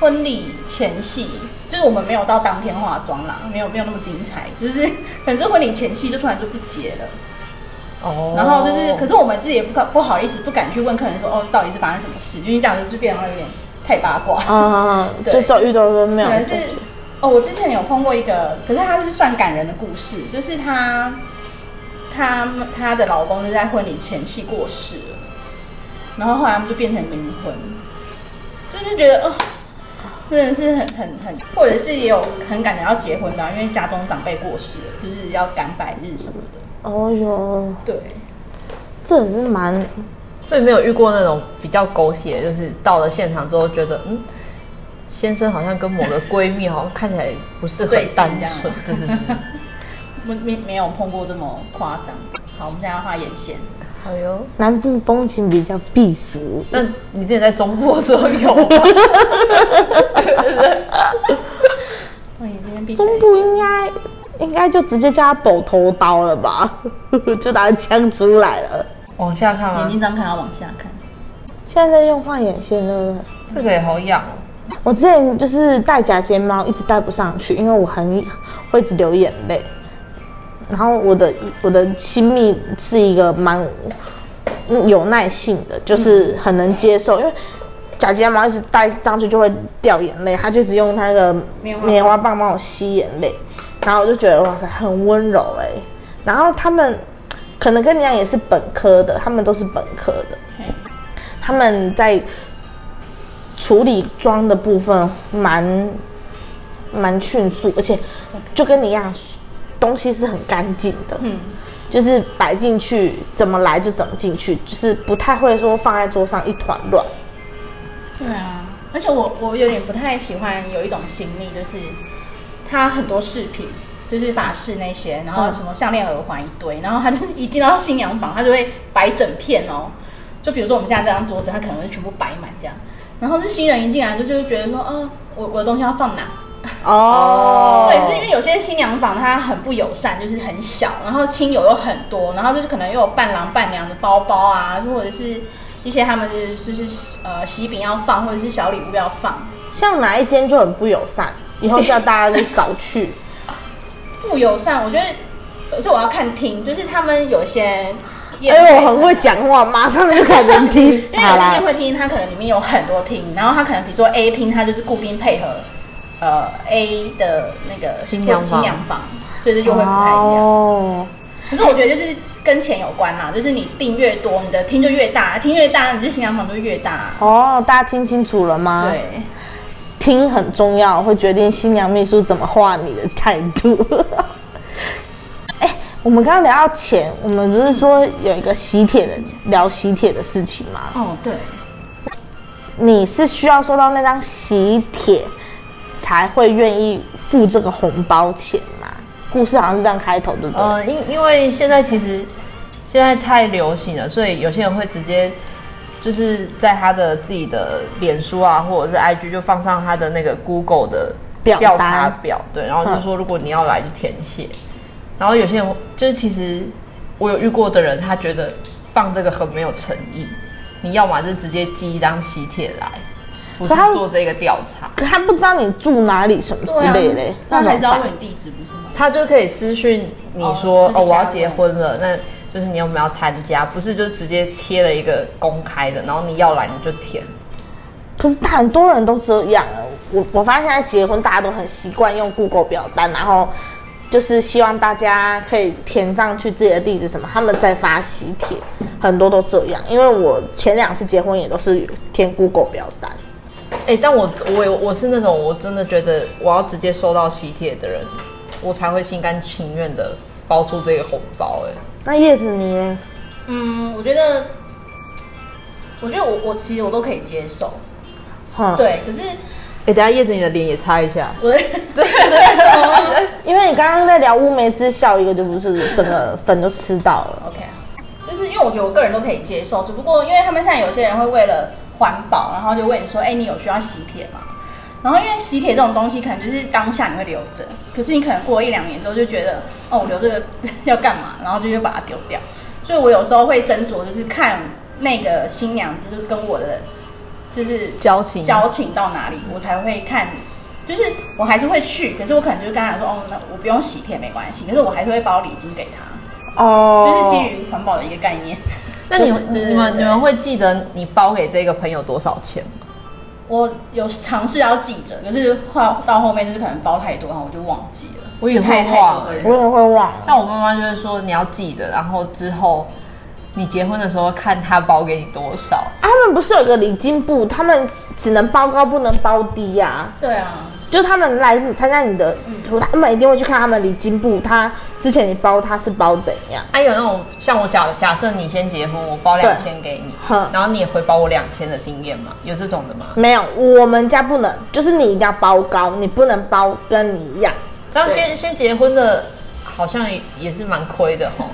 Speaker 3: 婚礼前戏，就是我们没有到当天化妆啦，没有没有那么精彩，就是 可能是婚礼前戏就突然就不结了。
Speaker 4: 哦
Speaker 3: 然后就是，可是我们自己也不敢不好意思，不敢去问客人说，哦，到底是发生什么事，因为这样子就变得有点太八卦。
Speaker 1: 啊、
Speaker 3: 对
Speaker 1: 就只有遇到都没有
Speaker 3: 可
Speaker 1: 的
Speaker 3: 能是
Speaker 1: 感觉。
Speaker 3: 哦，我之前有碰过一个，可是他是算感人的故事，就是她她她的老公就在婚礼前夕过世了，然后后来他们就变成冥婚，就是觉得哦。真的是很很很，或者是也有很感觉要结婚的啊、因为家中长辈过世了，就是要赶百日什么的。
Speaker 1: 哦哟，
Speaker 3: 对，
Speaker 1: 这也是蛮
Speaker 4: 所以没有遇过那种比较狗血，就是到了现场之后觉得，嗯，先生好像跟某个闺蜜好像看起来不是很单纯，对对对。
Speaker 3: 没没没有碰过这么夸张的。好，我们现在要画眼线，
Speaker 4: 哎呦，
Speaker 1: 南部风情比较避俗。
Speaker 4: 那你之前在中部的时候有吗？
Speaker 3: 哎，今天闭起来
Speaker 1: 中部应该应该就直接叫他保头刀了吧， 就拿枪出来了。
Speaker 4: 往下看啊
Speaker 3: 眼
Speaker 4: 吗？
Speaker 3: 睛张开，要往下看。
Speaker 1: 现在在用画眼线，对不对？
Speaker 4: 这个也好痒哦。
Speaker 1: 我之前就是戴假睫毛，一直戴不上去，因为我很会一直流眼泪。然后我的我的亲密是一个蛮嗯有耐性的，就是很能接受，因为假睫毛一直戴上去就会掉眼泪，他就只用那个
Speaker 3: 棉花棒
Speaker 1: 棉花棒帮我吸眼泪，然后我就觉得哇塞，很温柔哎、然后他们可能跟你一样也是本科的，他们都是本科的，
Speaker 3: 嘿
Speaker 1: 他们在处理妆的部分蛮蛮迅速，而且就跟你一样，东西是很干净的，嗯，就是摆进去怎么来就怎么进去，就是不太会说放在桌上一团乱。
Speaker 3: 对啊，而且我我有点不太喜欢有一种行李，就是它很多饰品，就是法式那些，然后什么项链、耳环一堆，然后他就一进到新娘房，他就会摆整片哦。就比如说我们现在这张桌子，他可能会全部摆满这样。然后是新人一进来就就会觉得说，哦，我我的东西要放哪？
Speaker 1: 哦
Speaker 3: 对，就是因为有些新娘房它很不友善，就是很小，然后亲友又很多，然后就是可能又有伴郎伴娘的包包啊，或者是一些他们就是就是呃喜饼要放，或者是小礼物要放，
Speaker 1: 像哪一间就很不友善，以后叫大家去少去。
Speaker 3: 不友善。我觉得，而且我要看厅，就是他们有些宴会，
Speaker 1: 哎呦，我很会讲话，马上就开始听。
Speaker 3: 因为
Speaker 1: 好
Speaker 3: 有些
Speaker 1: 啦
Speaker 3: 宴，会厅它可能里面有很多厅，然后它可能比如说 A 厅它就是固定配合呃 A 的那个
Speaker 4: 新娘
Speaker 3: 新
Speaker 4: 房
Speaker 3: 娘房，所以就又会不太一样。
Speaker 1: 哦，
Speaker 3: 可是我觉得就是跟钱有关啦，就是你订越多，你的厅就越大，厅越大，你就新娘房就越大。
Speaker 1: 哦，大家听清楚了吗？。
Speaker 3: 对，
Speaker 1: 听很重 要，会决定新娘秘书怎么画你的态度。哎、我们刚刚聊到钱，我们不是说有一个喜帖的聊喜帖的事情吗？
Speaker 3: 哦，对，
Speaker 1: 你是需要收到那张喜帖才会愿意付这个红包钱吗？故事好像是这样开头，对不对？
Speaker 4: 呃，因因为现在其实现在太流行了，所以有些人会直接就是在他的自己的脸书啊，或者是 IG 就放上他的那个 Google 的
Speaker 1: 表
Speaker 4: 调查
Speaker 1: 单
Speaker 4: 表，对，然后就说如果你要来就填写，然后有些人就是其实我有遇过的人，他觉得放这个很没有诚意，你要么就直接寄一张喜帖来，不是
Speaker 1: 可他
Speaker 4: 做这个调查。
Speaker 1: 可他不知道你住哪里什么之类的、
Speaker 3: 啊那还
Speaker 1: 怎
Speaker 3: 是
Speaker 1: 么
Speaker 3: 要
Speaker 1: 办？
Speaker 3: 问地址不是吗？
Speaker 4: 他就可以私讯你
Speaker 3: 哦
Speaker 4: 说
Speaker 3: 私底下
Speaker 4: 哦我要结婚了，那就是你有没有要参加？不是，就直接贴了一个公开的，然后你要来你就填。
Speaker 1: 可是很多人都这样啊，我我发现现在结婚大家都很习惯用 Google 表单，然后就是希望大家可以填上去自己的地址什么，他们再发喜帖，很多都这样。因为我前两次结婚也都是填 Google 表单，
Speaker 4: 哎、但我我有我是那种我真的觉得我要直接收到喜帖的人，我才会心甘情愿的包出这个红包、哎，
Speaker 1: 那叶子你呢？
Speaker 3: 嗯，我觉得，我觉得我我其实我都可以接受，
Speaker 1: 哼，
Speaker 3: 对，可是
Speaker 4: 哎、等下叶子你的脸也擦一下。
Speaker 3: 我的
Speaker 1: 因为你刚刚在聊乌梅之笑，一个就不是整个粉都吃到了。
Speaker 3: OK，就是因为我觉得我个人都可以接受，只不过因为他们现在有些人会为了环保，然后就问你说，哎、你有需要喜帖吗？然后因为喜帖这种东西，可能就是当下你会留着，可是你可能过一两年之后就觉得，哦，我留这个要干嘛？然后就就把它丢掉。所以我有时候会斟酌，就是看那个新娘就是跟我的就是
Speaker 4: 交情
Speaker 3: 交情到哪里，我才会看。就是我还是会去，可是我可能就是跟他说，哦，那我不用喜帖没关系，可是我还是会包礼金给他。
Speaker 1: 哦
Speaker 3: 就是基于环保的一个概念。
Speaker 4: 那你、
Speaker 3: 就是
Speaker 4: 你
Speaker 3: 对
Speaker 4: 你们
Speaker 3: 对
Speaker 4: 你
Speaker 3: 对
Speaker 4: 们会记得你包给这个朋友多少钱吗？
Speaker 3: 我有尝试要记着，可是后到后面就是可能包太多，然后我就忘记了。
Speaker 4: 我也会
Speaker 3: 太太
Speaker 4: 忘
Speaker 3: 多
Speaker 4: 哎
Speaker 3: 了
Speaker 1: 我也会忘。
Speaker 4: 但我妈妈就会说你要记着，然后之后你结婚的时候看她包给你多少。
Speaker 1: 啊他们不是有个礼金部，他们只能包高不能包低呀、
Speaker 3: 对啊，
Speaker 1: 就他们来参加你的，他们一定会去看他们礼金部，他之前你包他是包怎样？
Speaker 4: 啊，有那种像我假假设你先结婚，我包
Speaker 1: 对
Speaker 4: 两千给你
Speaker 1: 哼，
Speaker 4: 然后你也回包我两千的经验嘛？有这种的吗？
Speaker 1: 没有，我们家不能，就是你一定要包高，你不能包跟你一样，
Speaker 4: 这样先先结婚的，好像也也是蛮亏的吼。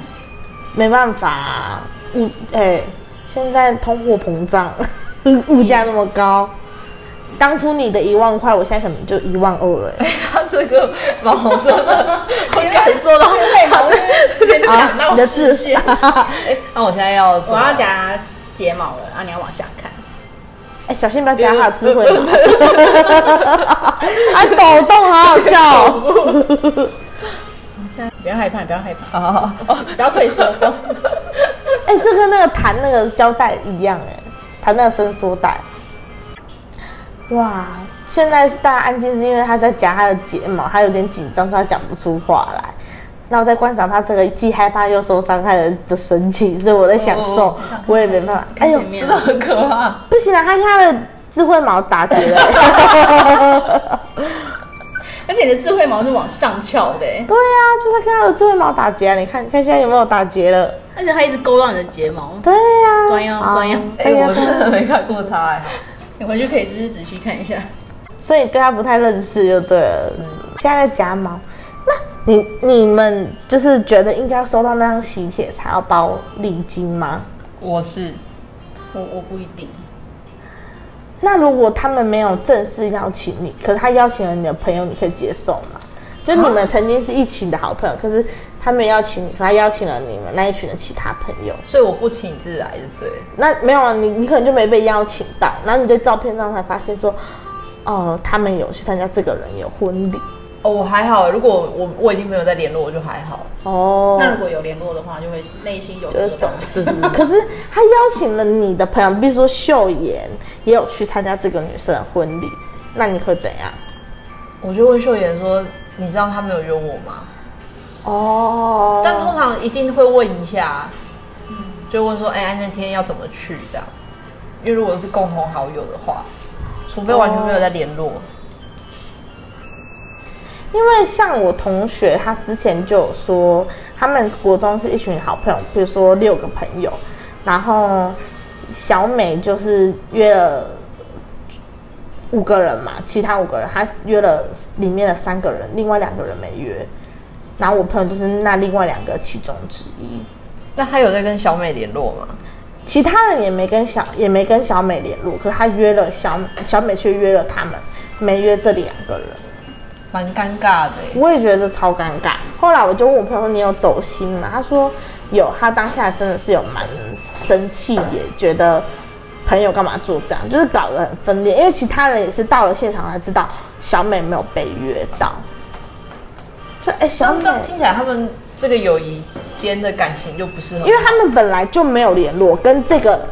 Speaker 1: 没办法、啊，物哎、现在通货膨胀，物价那么高，当初你的一万块，我现在可能就一万二了、欸。
Speaker 4: 他这个毛真的，我感受到。
Speaker 3: 对，我是讲
Speaker 1: 你
Speaker 3: 到
Speaker 1: 的
Speaker 3: 视
Speaker 1: 字
Speaker 3: 线，
Speaker 4: 哎，那我现在要怎
Speaker 3: 我
Speaker 4: 么
Speaker 3: 要夹睫毛了啊！你要往下看，
Speaker 1: 哎、小心不要加他的智慧嘛！哎，抖动，好好笑哦、
Speaker 3: 不要害怕，不要害
Speaker 1: 哦
Speaker 3: 怕，
Speaker 4: 啊？
Speaker 3: 不要退缩，不要退缩。
Speaker 1: 哎、这跟那个弹那个胶带一样哎、弹那个伸缩带。哇，现在大家安静是因为他在夹他的睫毛，他有点紧张，所以他讲不出话来。那我在观赏他这个既害怕又受伤害的的神情，所以我在享受，我也没办法。 哎
Speaker 3: 哦 看
Speaker 1: 呦
Speaker 3: 前，面
Speaker 4: 真的， 很可怕。
Speaker 1: 不行啊，他跟他的智慧毛打结了、
Speaker 3: 而且你的智慧毛是往上翘的欸，
Speaker 1: 对啊，就是他跟他的智慧毛打结啊！你看，你看现在有没有打结了？
Speaker 3: 而且它一直勾到你的睫毛。
Speaker 1: 对呀、啊，
Speaker 3: 端腰端腰
Speaker 4: 哎，我真的没看过他哎。
Speaker 3: 你回去可以就是仔细看一下。
Speaker 1: 所以对他不太认识就对了。现在在夹毛，那你你们就是觉得应该要收到那张喜帖才要包礼金吗？
Speaker 4: 我是
Speaker 3: 我我不一定，
Speaker 1: 哦那如果他们没有正式邀请你，可是他邀请了你的朋友，你可以接受吗？就你们曾经是一起的好朋友，可是他没有邀请你，可他邀请了你们那一群的其他朋友，
Speaker 4: 所以我不请自来就对。
Speaker 1: 那没有啊，你你可能就没被邀请到，然后你在照片上才发现说，哦、他们有去参加这个人有婚礼
Speaker 4: 哦，我还好，如果我我已经没有在联络，我就还好。
Speaker 1: 哦。
Speaker 3: 那如果有联络的话，就会内心有
Speaker 1: 就是
Speaker 3: 这
Speaker 1: 走
Speaker 3: 种。
Speaker 1: 可是他邀请了你的朋友，比如说秀妍，也有去参加这个女生的婚礼，那你会怎样？
Speaker 4: 我就问秀妍说：“你知道他没有约我吗？”
Speaker 1: 哦，
Speaker 4: 但通常一定会问一下，就问说：“哎、那天要怎么去？”这样，因为如果是共同
Speaker 1: 哦
Speaker 4: 好友的话，除非完全没有在联络，
Speaker 1: 因为像我同学，他之前就有说，他们国中是一群好朋友，比如说六个朋友，然后小美就是约了五个人嘛，其他五个人她约了里面的三个人，另外两个人没约，然后我朋友就是那另外两个其中之一，
Speaker 4: 那他有在跟小美联络吗？
Speaker 1: 其他人也没跟小也没跟小美联络，可是他约了小小美却约了他们，没约这两个人。
Speaker 2: 蛮尴尬的
Speaker 4: 欸
Speaker 2: 耶。
Speaker 1: 我也觉得这超尴尬。后来我就问我朋友：“你有走心吗？”他说：“有。”他当下真的是有蛮生气，也觉得朋友干嘛做这样，就是搞得很分裂。因为其他人也是到了现场才知道小美没有被约到。就哎、小
Speaker 4: 像
Speaker 1: 美
Speaker 4: 这，样听起来，他们这个友谊间的感情就不是很
Speaker 1: 因为他们本来就没有联络，跟这个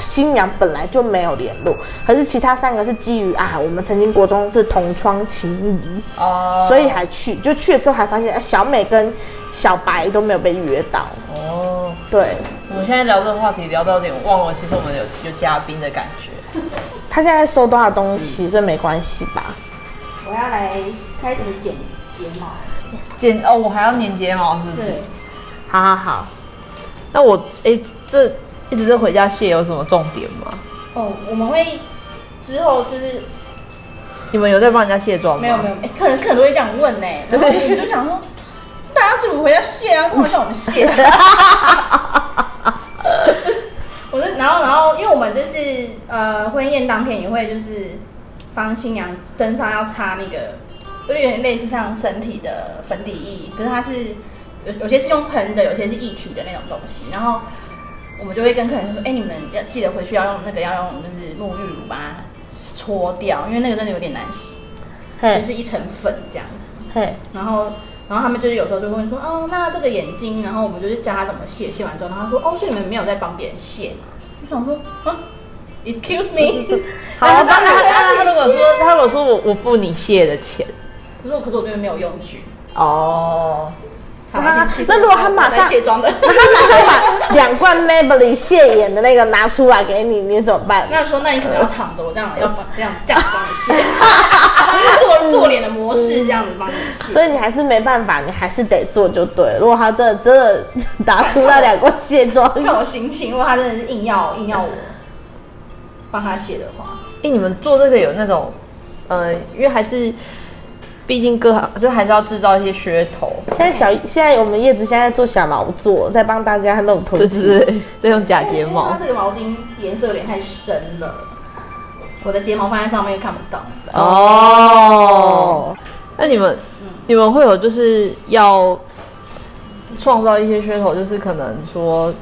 Speaker 1: 新娘本来就没有联络，可是其他三个是基于啊，我们曾经国中是同窗情谊，
Speaker 4: 哦，
Speaker 1: 所以还去，就去了之后还发现，哎，小美跟小白都没有被约到。
Speaker 4: 哦，
Speaker 1: 对，
Speaker 4: 我们现在聊这个话题聊到有点忘了，其实我们有有嘉宾的感觉。
Speaker 1: 他现在收多少东西，所以没关系吧？
Speaker 3: 我要来开始剪睫毛。
Speaker 4: 剪哦，我还要粘睫毛是不是？
Speaker 3: 对，
Speaker 1: 好好好，
Speaker 4: 那我哎、这一直在回家卸有什么重点吗？
Speaker 3: 哦，我们会之后就是
Speaker 4: 你们有在帮人家卸妆吗？
Speaker 3: 没有没有，哎、客人客人都会这样问呢、然后我们就想说，大家怎么回家卸啊？干嘛叫我们卸？我就然后然后，因为我们就是呃婚宴当天也会就是帮新娘身上要擦那个，有点类似像身体的粉底液，可是它是有有些是用喷的，有些是液体的那种东西，然后。我们就会跟客人说：“哎、你们要记得回去要用那个，要用就是沐浴乳把它搓掉，因为那个真的有点难洗。”就
Speaker 1: 嘿
Speaker 3: 是一层粉这样子。
Speaker 1: 嘿，
Speaker 3: 然后，然后他们就是有时候就问说，哦，那这个眼睛，然后我们就是教他怎么卸，卸完之后，然后他说，哦，所以你们没有在帮别人卸嘛？我想说，啊，excuse me，
Speaker 4: 好，
Speaker 3: 但
Speaker 4: 那
Speaker 3: 是当
Speaker 4: 他他
Speaker 3: 然
Speaker 4: 他
Speaker 3: 啊他
Speaker 4: 如果说他如果说我我付你卸的钱
Speaker 3: 可是我可是我这边没有用具。
Speaker 4: 哦，
Speaker 3: 好
Speaker 1: 那
Speaker 3: 其实
Speaker 1: 那如果他马
Speaker 3: 我在
Speaker 1: 上
Speaker 3: 卸妆的，
Speaker 1: 那他马上把两罐 Maybelline 卸眼的那个拿出来给你，你怎么办？
Speaker 3: 那说那你可能要躺的，我这样要 帮这样这样帮你卸，做做脸的模式这样子帮你卸。
Speaker 1: 所以你还是没办法，你还是得做就对。如果他真的真的拿出那两罐卸妆，
Speaker 3: 看我心情，如果他真的是硬要硬要我帮他卸的话，
Speaker 4: 哎、你们做这个有那种，呃，因为还是，毕竟各行就还是要制造一些噱头，
Speaker 1: 现在小现在我们叶子现在做小劳作，在帮大家弄头
Speaker 4: 对对对，这种假睫毛
Speaker 3: 它这个哎毛巾颜色有点太深了，我的睫毛放在上面又看不到。
Speaker 4: 哦。
Speaker 1: 哦，
Speaker 4: 那你们你们会有就是要创造一些噱头，就是可能说，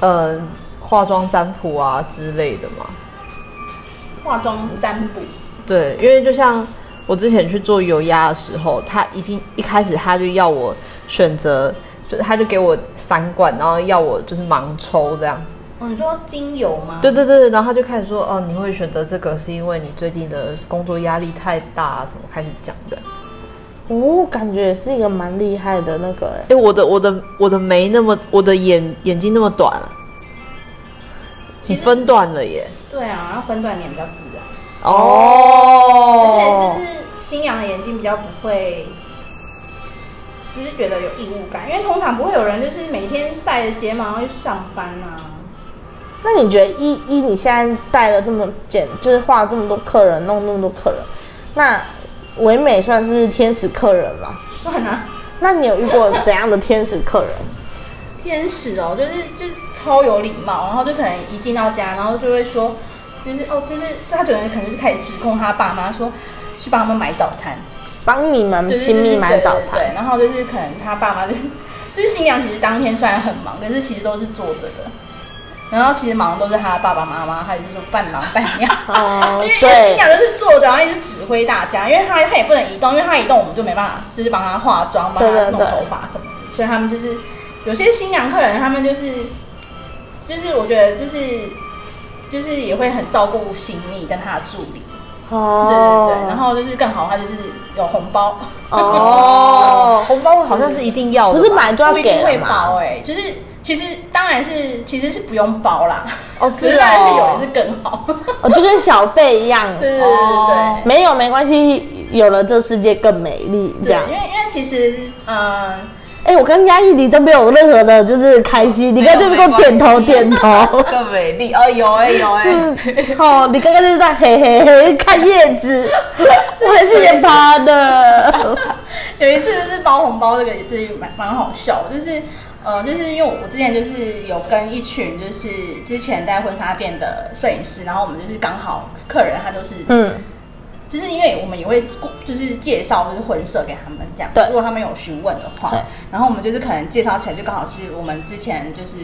Speaker 4: 呃，化妆占卜啊之类的嘛？
Speaker 3: 化妆占卜，
Speaker 4: 对，因为就像我之前去做油压的时候，他已经一开始他就要我选择，就他就给我三罐，然后要我就是盲抽这样子。
Speaker 3: 哦，你说精油吗？
Speaker 4: 对对对，然后他就开始说，哦，你会选择这个是因为你最近的工作压力太大、什么开始讲的。
Speaker 1: 哦，感觉也是一个蛮厉害的那个哎。
Speaker 4: 哎，我的我的我的眉那么，我的眼眼睛那么短、啊
Speaker 3: 其
Speaker 4: 你
Speaker 3: 实
Speaker 4: 分段了耶。
Speaker 3: 对啊，然后分段脸比较自然，
Speaker 4: 哦
Speaker 3: 而，且就是新娘的眼睛比较不会，就是觉得有异物感，因为通常不会有人就是每天戴着睫毛去上班啊。
Speaker 1: 那你觉得依依你现在带了这么简，就是画这么多客人，弄那么多客人，那唯美算是天使客人吗？
Speaker 3: 算啊，
Speaker 1: 那你有遇过怎样的天使 客人？
Speaker 3: 天使哦，就是就是超有礼貌，然后就可能一进到家，然后就会说，就是哦，就是他可能可能就是开始指控他爸妈说去帮他们买早餐，
Speaker 1: 帮你们
Speaker 3: 对
Speaker 1: 亲
Speaker 3: 就是
Speaker 1: 密买早
Speaker 3: 对对
Speaker 1: 餐，
Speaker 3: 对，然后就是可能他爸妈就是就是新娘，其实当天虽然很忙，可是其实都是坐着的。然后其实忙的都是他爸爸妈妈，还有就是伴郎 伴娘，
Speaker 1: 哦
Speaker 3: 因为因为
Speaker 1: 对
Speaker 3: 新娘就是坐着，然后一直指挥大家，因为他他也不能移动，因为他移动我们就没办法，就是帮他化妆、帮
Speaker 1: 对对
Speaker 3: 他弄
Speaker 1: 对
Speaker 3: 头发什么的。所以他们就是有些新娘客人，他们就是就是我觉得就是就是也会很照顾新密跟他的助理，对
Speaker 1: 哦，
Speaker 3: 对对。然后就是更好，他就是有红包，
Speaker 1: 哦，红包
Speaker 4: 好像是一定要的
Speaker 1: 不
Speaker 4: 吧，
Speaker 1: 是买就要
Speaker 3: 不一定
Speaker 1: 给
Speaker 3: 会
Speaker 1: 了吗？
Speaker 3: 包哎、就是其实当然是其实是不用包啦，
Speaker 4: 哦，
Speaker 3: 可是
Speaker 4: 是
Speaker 3: 当然是有
Speaker 4: 哦
Speaker 3: 人是，更好，
Speaker 1: 哦，就跟小费一样，
Speaker 3: 对对对对对
Speaker 4: 哦
Speaker 3: 对。
Speaker 1: 没有没关系，有了这世界更美丽，这
Speaker 3: 对，
Speaker 1: 样
Speaker 3: 因。为因为其实呃，
Speaker 1: 哎、我跟佳玉你都没有任何的，就是开心，你刚才就给我点头点 头。
Speaker 4: 更美丽哦，有哎、有 哎、
Speaker 1: 哦，你刚刚就是在嘿嘿嘿看叶子，我也是眼趴的。
Speaker 3: 有一次就是包红包这个，就是蛮蛮好笑，就是呃，就是因为我之前就是有跟一群就是之前在婚纱店的摄影师，然后我们就是刚好客人他都是，
Speaker 1: 嗯，
Speaker 3: 就是因为我们也会顾就是介绍就是婚摄给他们这样，
Speaker 1: 对
Speaker 3: 如果他们有询问的话
Speaker 1: 对，。
Speaker 3: 然后我们就是可能介绍起来就刚好是我们之前就是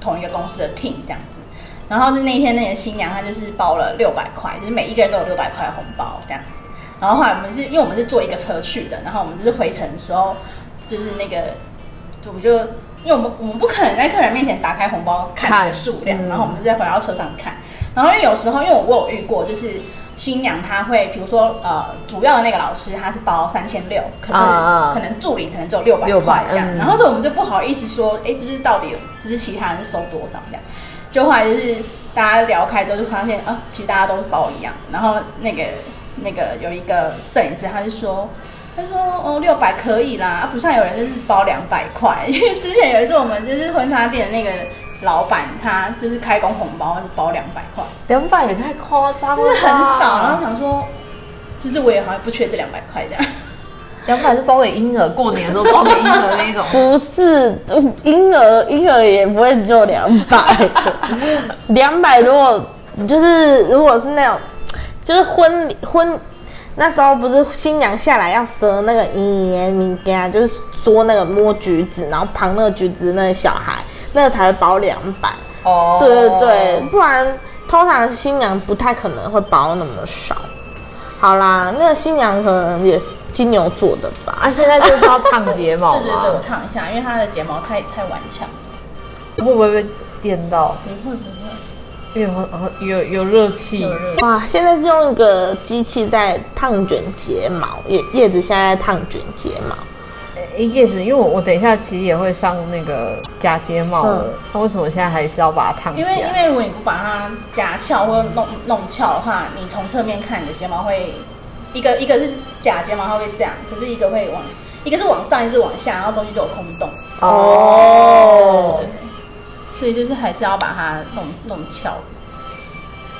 Speaker 3: 同一个公司的 team 这样子。然后就那一天那个新娘她就是包了六百块，就是每一个人都有六百块红包这样子。然后后来我们是因为我们是坐一个车去的，然后我们就是回程的时候，就是那个我们就因为我们我们不可能在客人面前打开红包看那个数量，然后我们就再回到车上看。然后因为有时候因为我我有遇过，就是新娘她会比如说呃主要的那个老师他是包三千六，可是
Speaker 4: 啊啊
Speaker 3: 可能助理可能只有六百
Speaker 4: 600
Speaker 3: 块这样，
Speaker 4: 嗯
Speaker 3: 然后所以我们就不好意思说，哎，就是到底就是其他人是收多少这样。就后来就是大家聊开之后，就发现啊，其实大家都是包一样。然后那个那个有一个摄影师，他就说，他说哦六百可以啦，啊不像有人就是包两百块。 因为之前有一次我们就是婚纱店的那个老板，他就是开工红包是包两百块，
Speaker 4: 两百也太夸张了
Speaker 3: 就
Speaker 4: 吧，
Speaker 3: 是很少。然后想说，就是我也好像不缺这两百块这样。
Speaker 4: 两百是包给婴儿，过年的时候包给婴儿那一 种
Speaker 1: 不是嗯婴儿，婴儿也不会就两百，两百如果就是如果是那种，就是婚礼婚那时候不是新娘下来要折那个银盐米给啊，就是说那个摸橘子，然后旁那个橘子那个小孩，那个才会包两百。
Speaker 4: 哦
Speaker 1: 对对对，，不然通常新娘不太可能会包那么少。好啦，那个新娘可能也是金牛座的吧？
Speaker 4: 啊，现在就是要烫睫毛
Speaker 3: 对对 对，我
Speaker 4: 嘛，
Speaker 3: 烫一下，因为他的睫毛太太顽强了。
Speaker 4: 会不会被电到？
Speaker 3: 不会不会，
Speaker 4: 因为有有有热气，
Speaker 3: 有热
Speaker 1: 哇，现在是用一个机器在烫卷睫毛，叶叶子现在在烫卷睫毛，
Speaker 4: 诶叶子，因为我我等一下其实也会上那个假睫毛了，那、为什么现在还是要把它烫起
Speaker 3: 嗯因为因
Speaker 4: 来？
Speaker 3: 为如果你不把它夹翘或弄弄翘的话，你从侧面看你的睫毛会一个一个是假睫毛，它会这样，可是一个会往一个是往上，一个是往下，然后中间就有空洞，
Speaker 4: 哦，
Speaker 3: 所以就是还是要把它弄弄翘。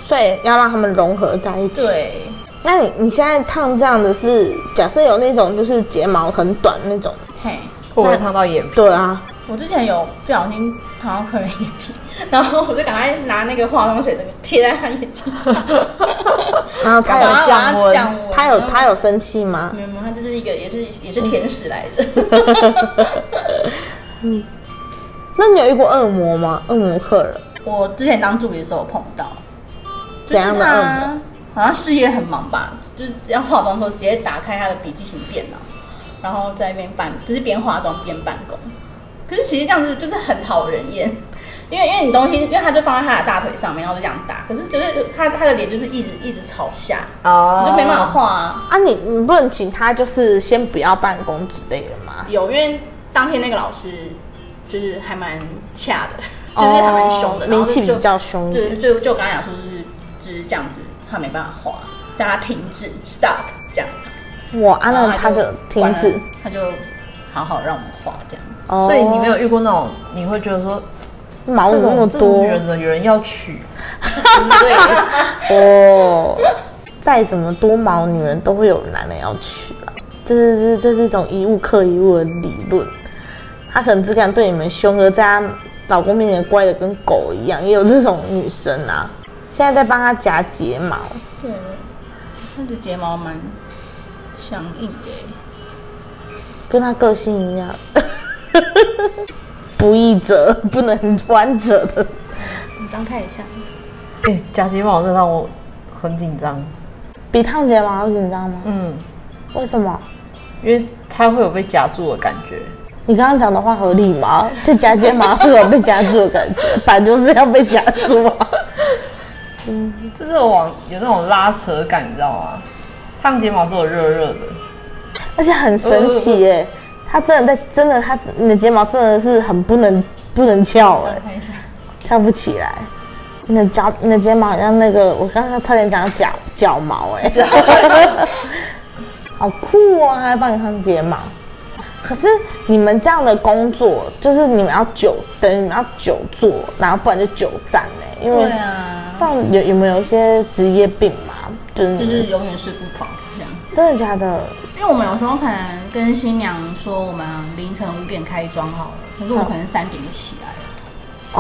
Speaker 1: 所以要让它们融合在一起。，
Speaker 3: 对，
Speaker 1: 那你你现在烫这样的是，假设有那种就是睫毛很短那种，
Speaker 3: 嘿，
Speaker 4: 会不会烫到眼皮？
Speaker 1: 对啊，
Speaker 3: 我之前有不小心烫到客人眼皮，然后我就赶快拿那个化妆水整个贴在他眼睛上，
Speaker 1: 然后它
Speaker 3: 把它
Speaker 1: 有
Speaker 4: 有降温
Speaker 3: 降温，
Speaker 1: 它有它有生气吗？
Speaker 3: 没有没有，他就是一个也是也是 天使来着。
Speaker 1: 那你有遇过恶魔吗？恶魔客人？
Speaker 3: 我之前当助理的时候有碰到，
Speaker 1: 怎样的恶魔？
Speaker 3: 他好像事业很忙吧，就是要化妆的时候直接打开他的笔记型电脑，然后在那边办，就是边化妆边办公。可是其实这样子就是很讨人厌， 因为因为你东西，因为他就放在他的大腿上面，然后就这样打，可是就是他他的脸就是一直一直朝下，
Speaker 4: 哦
Speaker 3: 你就没办法画啊。
Speaker 1: 啊你，你不能请他就是先不要办公之类的吗？
Speaker 3: 有，因为当天那个老师就是还蛮恰的，就是还蛮凶的，然后就
Speaker 1: 哦名气比
Speaker 3: 就
Speaker 1: 较凶一点
Speaker 3: 对，就就我刚才讲说，就是就是这样子，他没办法画，叫他停止，stop 这样。
Speaker 1: 哇，啊，
Speaker 3: 然后
Speaker 1: 那他就停止。，
Speaker 3: 他就好好让我们画这样。
Speaker 1: 哦
Speaker 4: 所以你没有遇过那种，你会觉得说
Speaker 1: 毛
Speaker 4: 这
Speaker 1: 怎么那么
Speaker 4: 种这种
Speaker 1: 多
Speaker 4: 女人的有人要娶， 对， 哎
Speaker 1: 哦， 再怎么多毛，女人都会有男人要娶啊。这是这是这是一种一物克一物的理论，她可能只敢对你们凶，而在她老公面前乖的跟狗一样，也有这种女生啊。现在在帮她夹睫毛，
Speaker 3: 对，他的睫毛蛮强硬的耶。
Speaker 1: 跟她个性一样， 不易折，不能弯折的。
Speaker 3: 你张开一下，
Speaker 4: 哎、假睫毛真的让我很紧张，
Speaker 1: 比烫睫毛要紧张吗？
Speaker 4: 嗯，
Speaker 1: 为什么？
Speaker 4: 因为它会有被夹住的感觉。
Speaker 1: 你刚刚讲的话合理吗？在夹睫毛 会有被夹住的感觉，反正就是要被夹住啊。
Speaker 4: 就是往有那种拉扯感，你知道吗？烫睫毛都有热热的，
Speaker 1: 而且很神奇耶、
Speaker 3: 嗯
Speaker 1: 它真的在真的它你的睫毛真的是很不能不能翘哎、
Speaker 3: 张开一下。
Speaker 1: 翘不起来。你的脚你的 睫毛好像那个我刚刚差点讲到脚脚毛哎、好酷啊，还帮你上睫毛。可是你们这样的工作，就是你们要久等，你们要久做，然后不然就久站呢、因为
Speaker 3: 对啊，
Speaker 1: 但有有没有一些职业病嘛？就是你们
Speaker 3: 就是永远睡不饱这样。
Speaker 1: 真的假的？
Speaker 3: 因为我们有时候可能跟新娘说我们凌晨五点开妆好了，可是我
Speaker 1: 嗯
Speaker 3: 可能三点就起来了。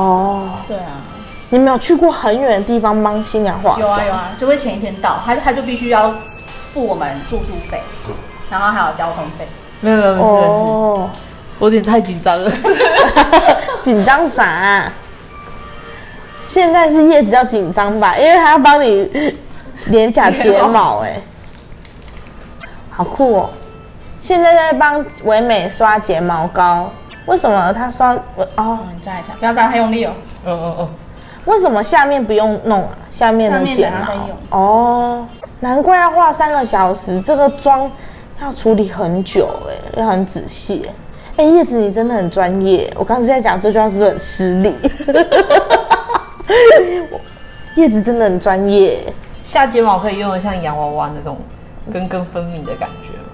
Speaker 1: 哦，
Speaker 3: 对啊，
Speaker 1: 你们有去过很远的地方帮新娘化
Speaker 3: 有
Speaker 1: 妆？
Speaker 3: 啊有啊，就会前一天到，他他就必须要付我们住宿费，然后还有交通费。
Speaker 4: 没有没有没事没事，
Speaker 1: 哦，
Speaker 4: 我有点太紧 张了。
Speaker 1: 紧张啥啊、现在是叶子要紧张吧，因为他要帮你脸颊睫毛、哎，好酷哦！现在在帮唯美刷睫毛膏，为什么他刷哦？
Speaker 3: 嗯，你扎一下，不要扎太用力哦。
Speaker 4: 哦哦哦，
Speaker 1: 为什么下面不用弄啊？下面的睫
Speaker 3: 下面等下再
Speaker 1: 毛
Speaker 3: 用
Speaker 1: 哦，难怪要画三个小时，这个妆要处理很久哎、要很仔细哎、哎叶子你真的很专业，我刚才在讲这句话是不是很失礼？ 我叶子真的很专业，
Speaker 4: 下睫毛可以用的像洋娃娃那种根根分明的感觉吗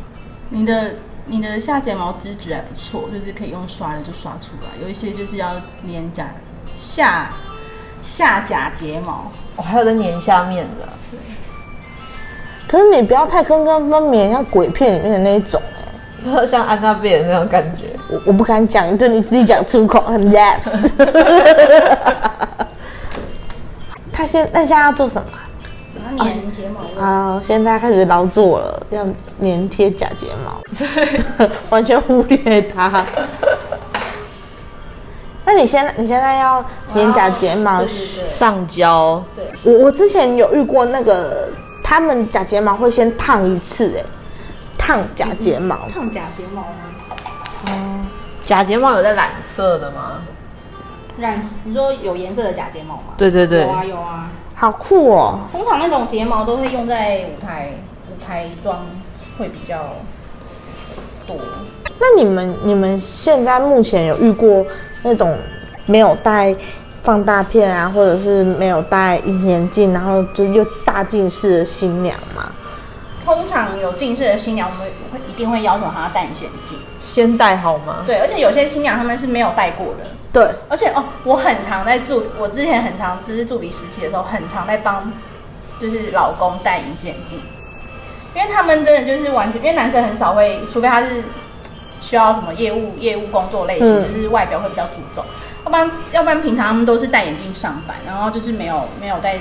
Speaker 3: 你的你的下睫毛脂质还不错，就是可以用刷的就刷出来，有一些就是要粘甲下下甲睫毛。
Speaker 4: 哦，还有在粘下面的，
Speaker 1: 可是你不要太根根分明，像鬼片里面的那一种哎、
Speaker 4: 就是像安娜贝尔那种感觉。
Speaker 1: 我我不敢讲，就你自己讲出口，很 yes。他现那现在要做什么啊？
Speaker 3: 粘睫毛
Speaker 1: 好，啊现在开始劳作了，要粘贴假睫毛，完全忽略它。 那你现在你现在要粘假睫毛？
Speaker 4: 上焦，
Speaker 1: 我我之前有遇过那个，他们假睫毛会先烫一次、哎，烫假睫毛，
Speaker 3: 烫假睫毛吗？
Speaker 4: 假睫毛有在染色的吗？
Speaker 3: 染你说有颜色的假睫毛吗？
Speaker 4: 对对对
Speaker 3: 有啊有啊。
Speaker 1: 好酷哦！
Speaker 3: 通常那种睫毛都会用在舞台舞台妆会比较多。
Speaker 1: 那你们你们现在目前有遇过那种没有戴放大片啊，或者是没有戴隐形眼镜，然后就又大近视的新娘吗？
Speaker 3: 通常有近视的新娘，我们会一定会要求她戴隐形眼镜。
Speaker 4: 先戴好吗？
Speaker 3: 对，而且有些新娘她们是没有戴过的。
Speaker 1: 对，
Speaker 3: 而且哦，我很常在助，我之前很常就是助理时期的时候，很常在帮就是老公戴隐形眼镜，因为他们真的就是完全，因为男生很少会，除非他是需要什么业务业务工作类型，
Speaker 1: 嗯
Speaker 3: 就是外表会比较注重，要不然要不然平常他们都是戴眼镜上班，然后就是没有没有戴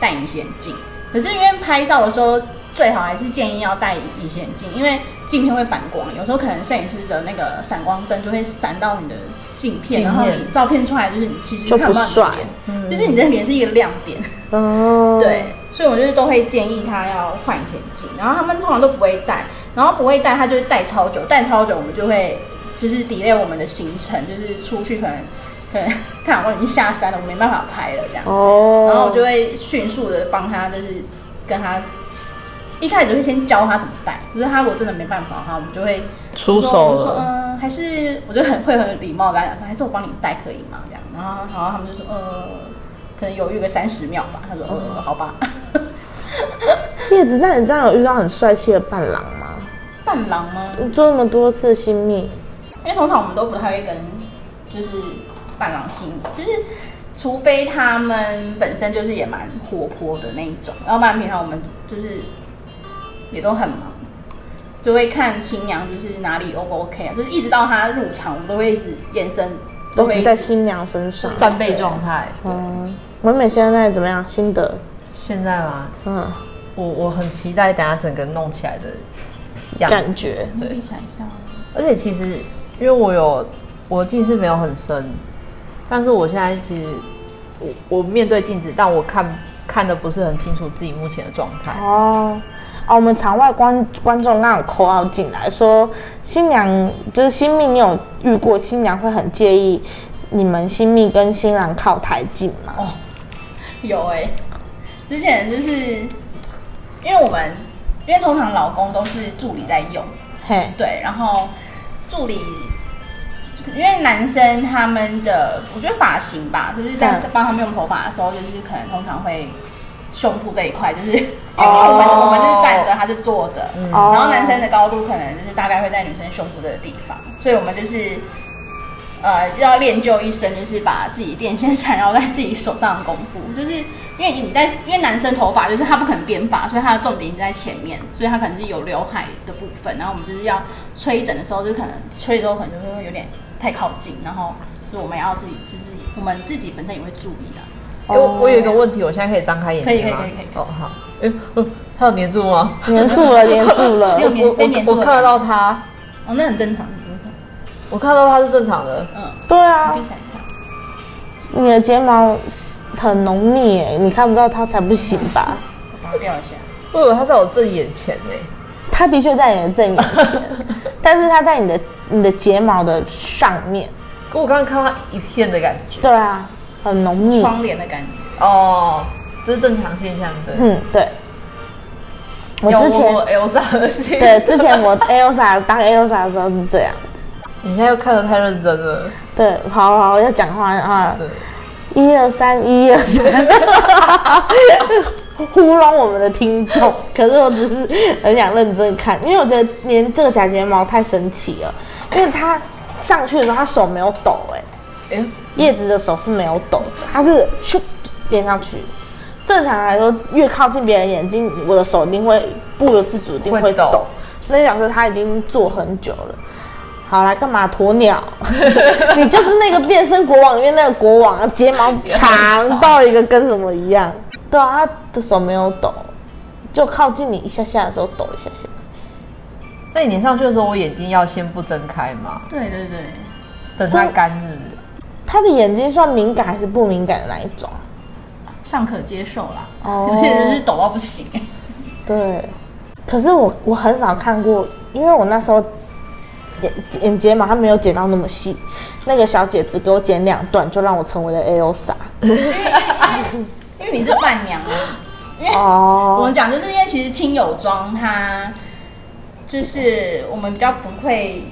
Speaker 3: 戴隐形眼镜，可是因为拍照的时候。最好还是建议要戴隐形眼镜，因为镜片会反光，有时候可能摄影师的那个闪光灯就会闪到你的镜片，
Speaker 4: 镜
Speaker 3: 然后
Speaker 4: 片
Speaker 3: 你照片出来就是你其实
Speaker 1: 就
Speaker 3: 看
Speaker 1: 不
Speaker 3: 不到你
Speaker 1: 帅
Speaker 3: 的脸，嗯就是你的脸是一个亮点。
Speaker 1: 哦，
Speaker 3: 对，所以我就是都会建议他要换显镜，然后他们通常都不会戴，然后不会戴，他就会戴超久，戴超久我们就会就是 delay 我们的行程，就是出去可能可能看老公已经下山了，我没办法拍了这样，
Speaker 1: 哦，
Speaker 3: 然后我就会迅速的帮他就是跟他。一开始会先教他怎么戴，就是他如果真的没办法的话，我们就会
Speaker 4: 出
Speaker 3: 说
Speaker 4: 手
Speaker 3: 我就说
Speaker 4: 了，
Speaker 3: 嗯、还是我就很会很礼貌的跟他讲说，还是我帮你带可以吗？这样，然后然后他们就说，呃，可能犹豫个三十秒吧。他说，呃，好吧。
Speaker 1: 叶子，那你这样有遇到很帅气的伴郎吗？
Speaker 3: 伴郎吗？
Speaker 1: 你做那么多次新密，
Speaker 3: 因为通常我们都不太会跟就是伴郎新，就是除非他们本身就是也蛮活泼的那一种，要不然平常我们就是也都很忙，就会看新娘就是哪里 O 不 OK 啊，就是一直到她入场，我们都会一直眼神
Speaker 1: 都
Speaker 3: 会
Speaker 1: 只
Speaker 3: 一
Speaker 1: 在
Speaker 3: 直
Speaker 1: 新娘身上。
Speaker 4: 战备状态。
Speaker 1: 嗯，文美现在怎么样？心得？
Speaker 4: 现在嘛，
Speaker 1: 嗯，
Speaker 4: 我我很期待等下整个弄起来的样子
Speaker 1: 感觉
Speaker 3: 你闭起来一下。
Speaker 4: 而且其实因为我有我近视没有很深，但是我现在其实我我面对镜子，但我看看的不是很清楚自己目前的状态。
Speaker 1: 哦。哦，我们场外观观众刚好扣号进来说，新娘就是新密，你有遇过新娘会很介意你们新密跟新郎靠太近吗？
Speaker 3: 有哎、之前就是因为我们，因为通常老公都是助理在用，
Speaker 1: 嘿，
Speaker 3: 对，然后助理，因为男生他们的，我觉得发型吧，就是在
Speaker 1: 嗯
Speaker 3: 帮他们用头发的时候，就是可能通常会胸部这一块，就是 我们我们就是站着，他是坐着，然后男生的高度可能就是大概会在女生胸部这个地方，所以我们就是呃要练就一身，就是把自己电线缠绕在自己手上的功夫，就是因为你在因为男生头发就是他不可能编发，所以他的重点一直在前面，所以他可能是有刘海的部分，然后我们就是要吹整的时候，就可能吹的时候可能就会有点太靠近，然后就我们要自己就是我们自己本身也会注意的。啊
Speaker 4: 哎我我有一个问题，我现在可以张开眼
Speaker 3: 可以
Speaker 4: 睛吗？
Speaker 3: 可以可以可以
Speaker 4: 哦，好。哎，哦他有粘住吗？
Speaker 1: 黏住了，黏住 了
Speaker 3: 没。有粘
Speaker 4: 我
Speaker 3: 被粘
Speaker 4: 我
Speaker 3: 住
Speaker 4: 我
Speaker 3: 了
Speaker 4: 看得到他，
Speaker 3: 哦，那很正常，很正常。
Speaker 4: 我看得到他是正常的。
Speaker 3: 嗯，
Speaker 1: 对啊
Speaker 3: 闭，起来一下。
Speaker 1: 你的睫毛很浓密耶，你看不到它才不行 吧？
Speaker 3: 我把它掉一下。
Speaker 4: 我以为呃他在我正眼前呢。
Speaker 1: 它的确在你的正眼 前，但是它在你的你的睫毛的上面。
Speaker 4: 可我刚刚看到他一片的感觉。
Speaker 1: 对啊，很浓密。
Speaker 3: 窗帘的感觉，
Speaker 4: 哦，这是正常现象，对。
Speaker 1: 嗯，对。我
Speaker 4: 要
Speaker 1: 之前
Speaker 4: 摸 Elsa 的心。
Speaker 1: 对之 前我 Elsa 当 Elsa 的时候是这样。
Speaker 4: 你现在又看得太认真了。
Speaker 1: 对，好好要讲话啊！
Speaker 4: 对。
Speaker 1: 一二三，一二三，糊弄我们的听众。可是我只是很想认真看，因为我觉得连这个假睫毛太神奇了，因为它上去的时候，它手没有抖、哎，
Speaker 4: 哎，
Speaker 1: 叶子的手是没有抖，它是咻连上去。正常来说，越靠近别人眼睛，我的手一定会不由自主一定会
Speaker 4: 会
Speaker 1: 抖，
Speaker 4: 抖
Speaker 1: 那就表示他已经做很久了。好来干嘛？鸵鸟，你就是那个变身国王里面那个国王，睫毛长到一个跟什么一样。对啊，他的手没有抖，就靠近你一下下的时候抖一下下。
Speaker 4: 那你粘上去的时候，我眼睛要先不睁开吗？
Speaker 3: 对对对，
Speaker 4: 等它干是不是？
Speaker 1: 他的眼睛算敏感还是不敏感的那一种？
Speaker 3: 尚可接受啦。
Speaker 1: 哦
Speaker 3: 有些人是抖到不行、
Speaker 1: 对，可是我我很少看过，因为我那时候眼眼睫毛它没有剪到那么细，那个小姐只给我剪两段，就让我成为了 A O 傻。
Speaker 3: 因为你是伴娘啊。因为我
Speaker 1: 哦，
Speaker 3: 们讲，就是因为其实亲友妆它就是我们比较不会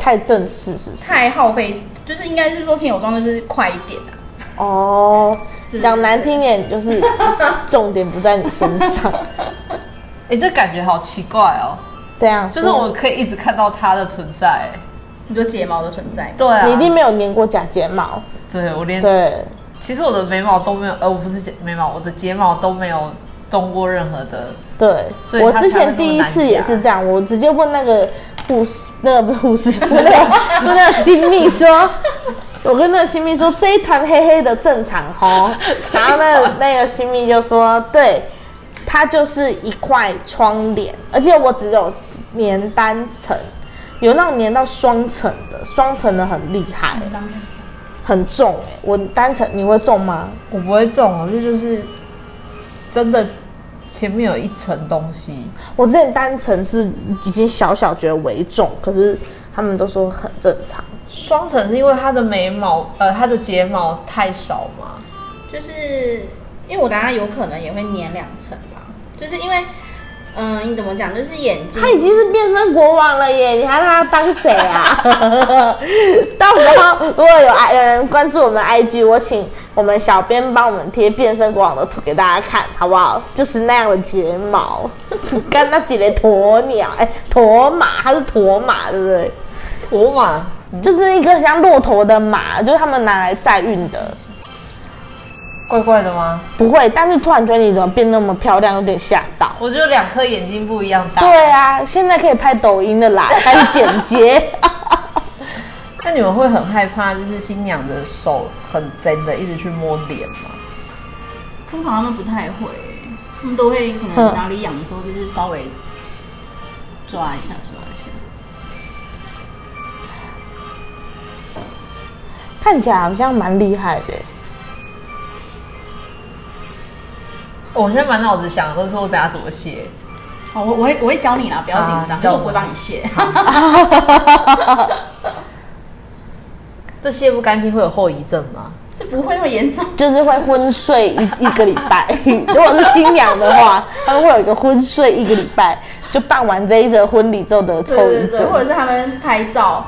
Speaker 1: 太正式是不是？
Speaker 3: 太耗费，就是应该是说亲友妆就是快一点啊。
Speaker 1: 哦，
Speaker 3: 对
Speaker 1: 讲难听点就是重点不在你身上，
Speaker 4: 哎，这感觉好奇怪哦，
Speaker 1: 这样
Speaker 4: 就是我可以一直看到它的存在。哎
Speaker 3: 你说睫毛的存在，
Speaker 4: 对啊，
Speaker 1: 你一定没有粘过假睫毛，
Speaker 4: 对我连
Speaker 1: 对，
Speaker 4: 其实我的眉毛都没有，呃，我不是睫眉毛，我的睫毛都没有动过任何的。
Speaker 1: 对
Speaker 4: 所，以
Speaker 1: 我
Speaker 4: 它
Speaker 1: 之
Speaker 4: 才
Speaker 1: 前
Speaker 4: 会那么
Speaker 1: 第一
Speaker 4: 难啊
Speaker 1: 次也
Speaker 4: 夹
Speaker 1: 是这样，我直接问那个护士，那个不是护士，那个那个新密说，我跟那个新密说这一团黑黑的正常 哦，然后那个那个新密就说，对，它就是一块窗帘，而且我只有粘单层，有那种粘到双层的，双层的很厉害，很重哎、我单层你会重吗？
Speaker 4: 我不会中，可是就是真的前面有一层东西，
Speaker 1: 我之前单层是已经小小觉得为重，可是他们都说很正常。
Speaker 4: 双层是因为它的眉毛，呃，它的睫毛太少嘛。
Speaker 3: 就是因为我等下有可能也会粘两层啦，就是因为。嗯，你怎么讲？就是眼睛
Speaker 1: 他，已经是变身国王了耶，你还让他当谁 啊？到时候如果有 I 有人关注我们 IG，我请我们小编帮我们贴变身国王的图给大家看，好不好？就是那样的睫毛， 跟那几个鸵鸟，哎、鸵马，它是鸵马，对不对？
Speaker 4: 驼马，
Speaker 1: 就是一个像骆驼的马，就是他们拿来载运的。
Speaker 4: 怪怪的吗？
Speaker 1: 不会，但是突然觉得你怎么变那么漂亮，有点吓到。
Speaker 4: 我觉得两颗眼睛不一样大。
Speaker 1: 对啊，现在可以拍抖音的啦，还有剪 接。
Speaker 4: 那你们会很害怕，就是新娘的手很真的一直去摸脸吗？
Speaker 3: 通常他们不太会，他们都会可
Speaker 1: 嗯
Speaker 3: 能哪里痒的时候，就是稍微抓一下，抓一下。
Speaker 1: 看起来好像蛮厉害的耶，
Speaker 4: 哦我现在满脑子想的都是我等下怎么写。
Speaker 3: 哦，我我会我会教你啦，不要紧张，
Speaker 4: 啊
Speaker 3: 就是我不会帮你卸。
Speaker 4: 这卸不干净会有后遗症吗？
Speaker 3: 是不会那么严重。
Speaker 1: 就是会昏睡一一个礼拜。 如果是新娘的 话，她们会有一个昏睡一个礼拜，就办完这一则婚礼之后的后遗症
Speaker 3: 或。者是他们拍照，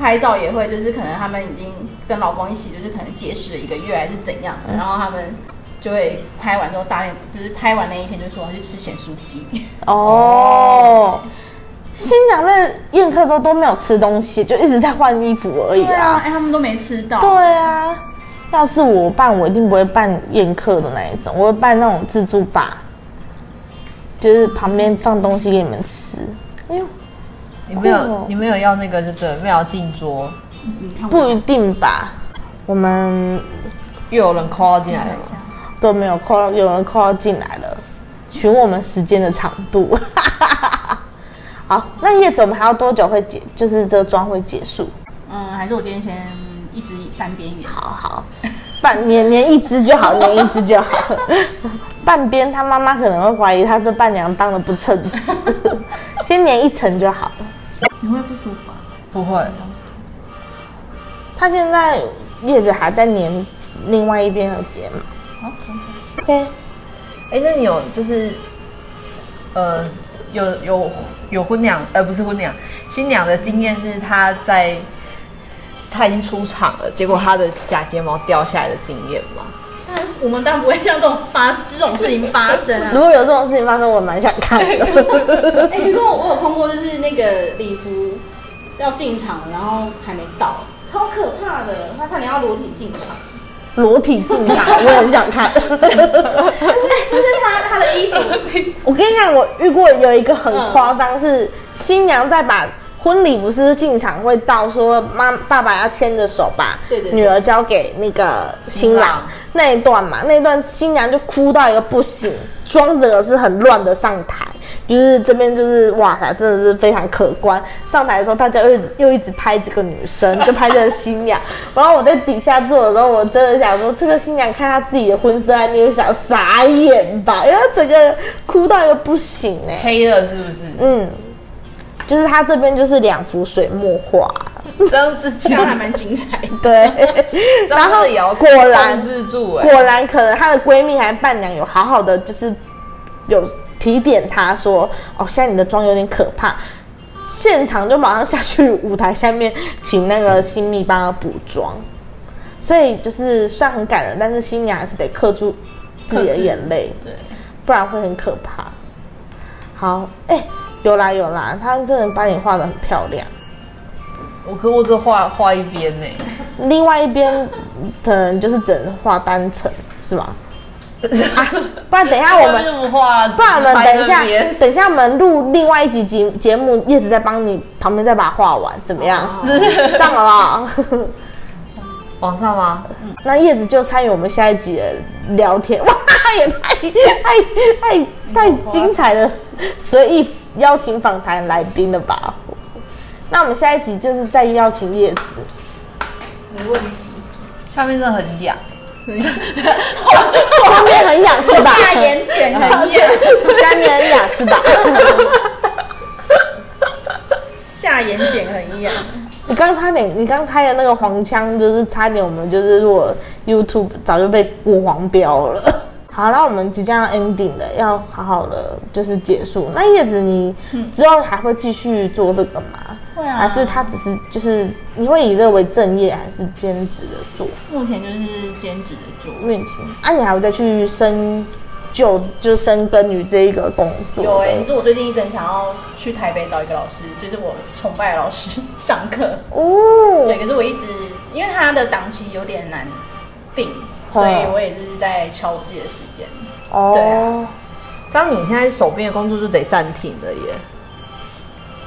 Speaker 3: 拍照也会，就是可能他们已经跟老公一起，就是可能结识了一个月还是怎样的，然后他们就会拍完之后大量，就是拍完那一天就说我要去吃咸酥鸡，
Speaker 1: 哦。新娘那宴客的时候都没有吃东西，就一直在换衣服而已
Speaker 3: 对啊，
Speaker 1: 啊。
Speaker 3: 哎、他们都没吃到，
Speaker 1: 对啊，要是我办，我一定不会办宴客的那一种，我会办那种自助吧，就是旁边放东西给你们吃。哎呦，
Speaker 4: 你没有、
Speaker 1: 酷哦
Speaker 4: 你没有要那个就对了，没有要进桌，
Speaker 3: 你看我
Speaker 1: 不一定吧？我们
Speaker 4: 又有人 call 进来了吗？
Speaker 1: 都没有 call，有人 call 进来了，询问我们时间的长度。 好，那叶子我们还要多久会结？就是这个妆会结束？
Speaker 3: 嗯，还是我今天先一直单边演，
Speaker 1: 好好，半年年一只就好，年一只就好。 半边他妈妈可能会怀疑他这伴娘当的不称职， 先粘一层就好了。
Speaker 3: 你会不舒服啊？
Speaker 4: 不会，
Speaker 1: 他现在叶子还在粘另外一边的睫毛。
Speaker 3: 好，
Speaker 1: OK，
Speaker 4: 哎、那你有就是，呃，有有有婚娘，呃，不是婚娘，新娘的经验是她在她已经出场了，结果她的假睫毛掉下来的经验吗？
Speaker 3: 当然我们当然不会让这种发这种事情发生啊
Speaker 1: 如。果有这种事情发生，我蛮想看的。
Speaker 3: 哎、你跟我我有碰过，就是那个礼服要进场，然后还没到，超可怕的，他差点要裸体进 场。
Speaker 1: 裸体进场，我也很想看。
Speaker 3: 就是他他的衣服，
Speaker 1: 我跟你讲，我遇过有一个很夸张，是新娘在把婚礼不是进场会到说妈爸爸要牵着手把
Speaker 3: 对对对
Speaker 1: 女儿交给那个新
Speaker 4: 新
Speaker 1: 郎
Speaker 4: 郎
Speaker 1: 那一段嘛，那一段新娘就哭到一个不行，装着是很乱的上台。就是这边就是哇塞，真的是非常可观。上台的时候，大家又一直又一直拍这个女生，就拍这个新娘。然后我在底下坐的时候，我真的想说，这个新娘看她自己的婚纱，你就想傻眼吧，因为她整个人哭到一个不行哎、
Speaker 4: 黑了是不是？
Speaker 1: 嗯，就是她这边就是两幅水墨画，
Speaker 4: 这样子
Speaker 3: 这样还
Speaker 4: 讲，
Speaker 3: 蛮精彩的。
Speaker 1: 对，
Speaker 4: 这
Speaker 1: 然
Speaker 4: 样
Speaker 1: 后
Speaker 4: 子也要
Speaker 1: 果然
Speaker 4: 控制住哎、
Speaker 1: 果然，可能她的闺蜜还伴娘有好好的，就是有提点她说：“哦，现在你的妆有点可怕。”现场就马上下去舞台下面，请那个新密帮她补妆。所以就是虽然很感人，但是新娘还是得克住自己的眼泪，
Speaker 3: 对，
Speaker 1: 不然会很可怕。好，哎、有啦有啦，她真的把你画的很漂亮。
Speaker 4: 我可我只画画一边呢、
Speaker 1: 另外一边可能就是只能画单层，是吗？ 啊，不然等一下我们
Speaker 4: 这不画了，
Speaker 1: 不然我们等一下
Speaker 4: 只是拍这边，
Speaker 1: 等一下我们录另外一集节节目，叶子再帮你旁边再把它画完，怎么样？
Speaker 4: 只
Speaker 1: 这
Speaker 4: 是
Speaker 1: 样好不好？
Speaker 4: 往上吗？
Speaker 1: 那叶子就参与我们下一集的聊天， 哇，也太太太太精彩的随意邀请访谈来宾了吧？那我们下一集就是再邀请叶 子，
Speaker 3: 没问题。
Speaker 4: 下面真的很痒，欸
Speaker 1: 下面很痒是吧？
Speaker 3: 下眼睑很痒，
Speaker 1: 下面很痒是吧？
Speaker 3: 下眼睑很痒。
Speaker 1: 你刚差点，你刚开的那个黄腔，就是差点我们就是如果 YouTube 早就被过黄标了。 好，那我们即将要 ending 了，要好好的就是结束。那叶子，你之后还会继续做这个吗？
Speaker 3: 会啊
Speaker 1: 还是他只是就是你会以这个为正业，还是兼职的做
Speaker 3: 目前就是兼职的做，
Speaker 1: 运行？啊，你还会再去深究，就是深耕于这一个工作？
Speaker 3: 有哎、欸，可是我最近一直很想要去台北找一个老师，就是我崇拜的老师上课。
Speaker 1: 哦
Speaker 3: 对，，可是我一直因为他的档期有点难定，所以我也是在敲自己的时间。对
Speaker 1: 哦
Speaker 3: 啊，
Speaker 4: 当你现在手边的工作就得暂停了耶。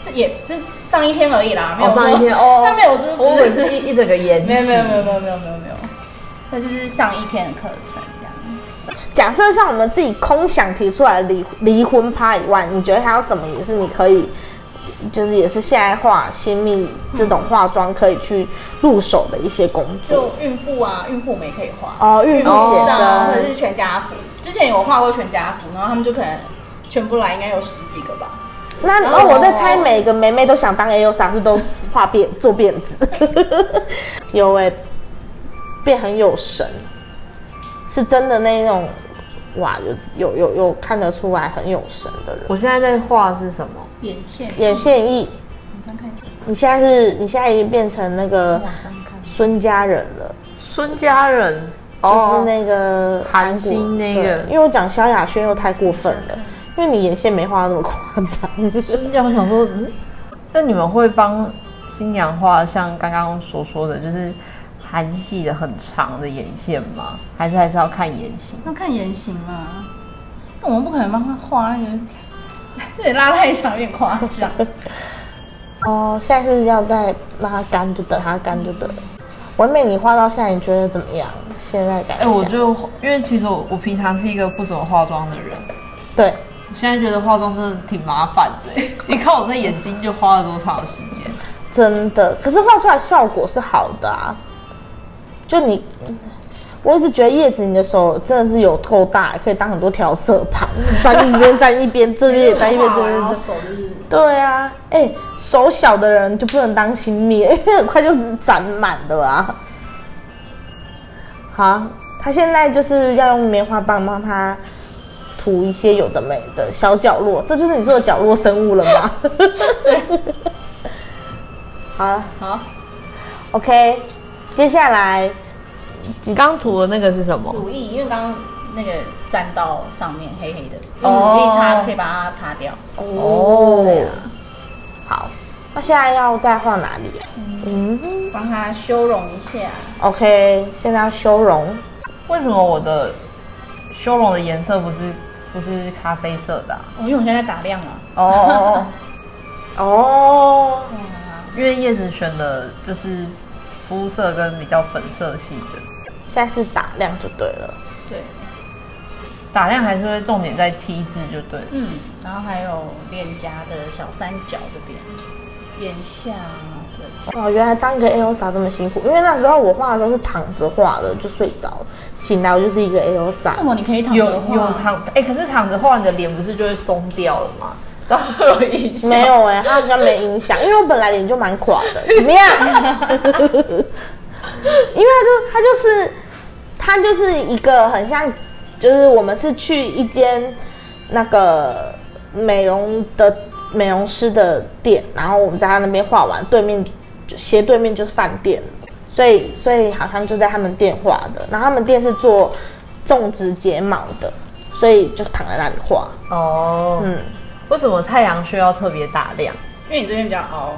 Speaker 3: 是也就是上一天而已啦，没有
Speaker 4: 哦
Speaker 3: 说、
Speaker 4: 上一天哦
Speaker 3: 他没有就是
Speaker 4: 我
Speaker 3: 不
Speaker 4: 以为是一一整个延期，
Speaker 3: 没有没有没有没有没有没有没有，那就是上一天的课程这样。
Speaker 1: 假设像我们自己空想提出来的离离婚趴以外，你觉得还有什么也是你可以，就是也是现在化新密这种化妆可以去入手的一些工作？
Speaker 3: 就孕妇啊，孕妇我们也可以画
Speaker 1: 哦孕妇
Speaker 3: 妇
Speaker 1: 写真
Speaker 3: 啊，或者是全家福。之前有画过全家福，然后他们就可能全部来应该有十几个吧。
Speaker 1: 那然
Speaker 3: 哦
Speaker 1: 后我在猜，每个妹妹都想当 A O 傻是都画辫做辫子， 有哎、变很有神，是真的那种哇，有有有有看得出来很有神的人。
Speaker 4: 我现在在画是什么？
Speaker 3: 眼线，
Speaker 1: 眼线艺，
Speaker 3: 你看看，
Speaker 1: 你现在是你现在已经变成那个
Speaker 3: 往上看，
Speaker 1: 孙家人了。
Speaker 4: 孙家人
Speaker 2: 哦
Speaker 1: 就是那个
Speaker 4: 韩
Speaker 1: 国
Speaker 4: 星那个
Speaker 1: 对因为我讲萧亚轩又太过分了，因为你眼线没画得那么夸张。
Speaker 4: 那我想说，嗯，那你们会帮新娘画像刚刚所说的，就是韩系的很长的眼线吗？还是还是要看眼型？
Speaker 3: 要看言行啊。那我们不可能帮他画那个，这也拉太长，有点夸张。
Speaker 1: 哦，下次要再让它干，就等它干就对了。文美，你画到现在你觉得怎么样？现在感
Speaker 2: 哎、
Speaker 1: 想？
Speaker 2: 我就因为其实我我平常是一个不怎么化妆的人，
Speaker 1: 对，
Speaker 2: 我现在觉得化妆真的挺麻烦的、 你看我这眼睛就花了多长的时间？
Speaker 1: 真的，可是画出来效果是好的啊。就你，我一直觉得叶子你的手真的是有够大，可以当很多调色盘，粘一边粘一边，这边也粘一边，这边也
Speaker 3: 然
Speaker 1: 粘
Speaker 3: 后。手就是
Speaker 1: 对啊，哎、手小的人就不能当新密， 因为很快就攒满的啦。好，他现在就是要用棉花棒帮他涂一些有的没的小角落，这就是你说的角落生物了吗？ 好了
Speaker 3: 好
Speaker 1: ，OK，接下来
Speaker 4: 你刚涂的那个是什么？
Speaker 3: 乳液，因为刚刚那个沾到上面黑黑的，用
Speaker 4: 哦
Speaker 3: 乳液擦可以把它擦掉。
Speaker 1: 哦，好，那现在要再画哪里、啊、
Speaker 3: 帮它修容一下，
Speaker 1: ？OK，现在要修容。
Speaker 4: 为什么我的修容的颜色不是不是咖啡色的、啊？
Speaker 3: 哦因为我现在打亮了。
Speaker 4: 哦哦
Speaker 1: 哦，
Speaker 4: 哦， 因为叶子选的就是肤色跟比较粉色系的，
Speaker 1: 现在是打亮就对了。
Speaker 3: 对，
Speaker 4: 打亮还是会重点在 T 字就对了。
Speaker 3: 嗯，然后还有脸颊的小三角这边，眼下啊，对，
Speaker 1: 哦，原来当个 A O S A 这么辛苦，因为那时候我画的时候是躺着画的，就睡着，醒来我就是一个 A O S A
Speaker 3: 为。什么你可以躺
Speaker 4: 有
Speaker 3: 着画
Speaker 4: 有躺哎、可是躺着画你的脸不是就会松掉了吗？然后会有影响。
Speaker 1: 没有哎、它好像没影响，因为我本来脸就蛮垮的，怎么样？ 因为它就它就是它就是一个很像，就是我们是去一间那个美容的美容师的店，然后我们在他那边画完，对面就斜对面就是饭店，所以所以好像就在他们店画的，然后他们店是做种植睫毛的，所以就躺在那里画，
Speaker 4: 哦，
Speaker 1: 嗯。
Speaker 4: 为什么太阳穴要特别打亮？
Speaker 3: 因为你这边比较凹，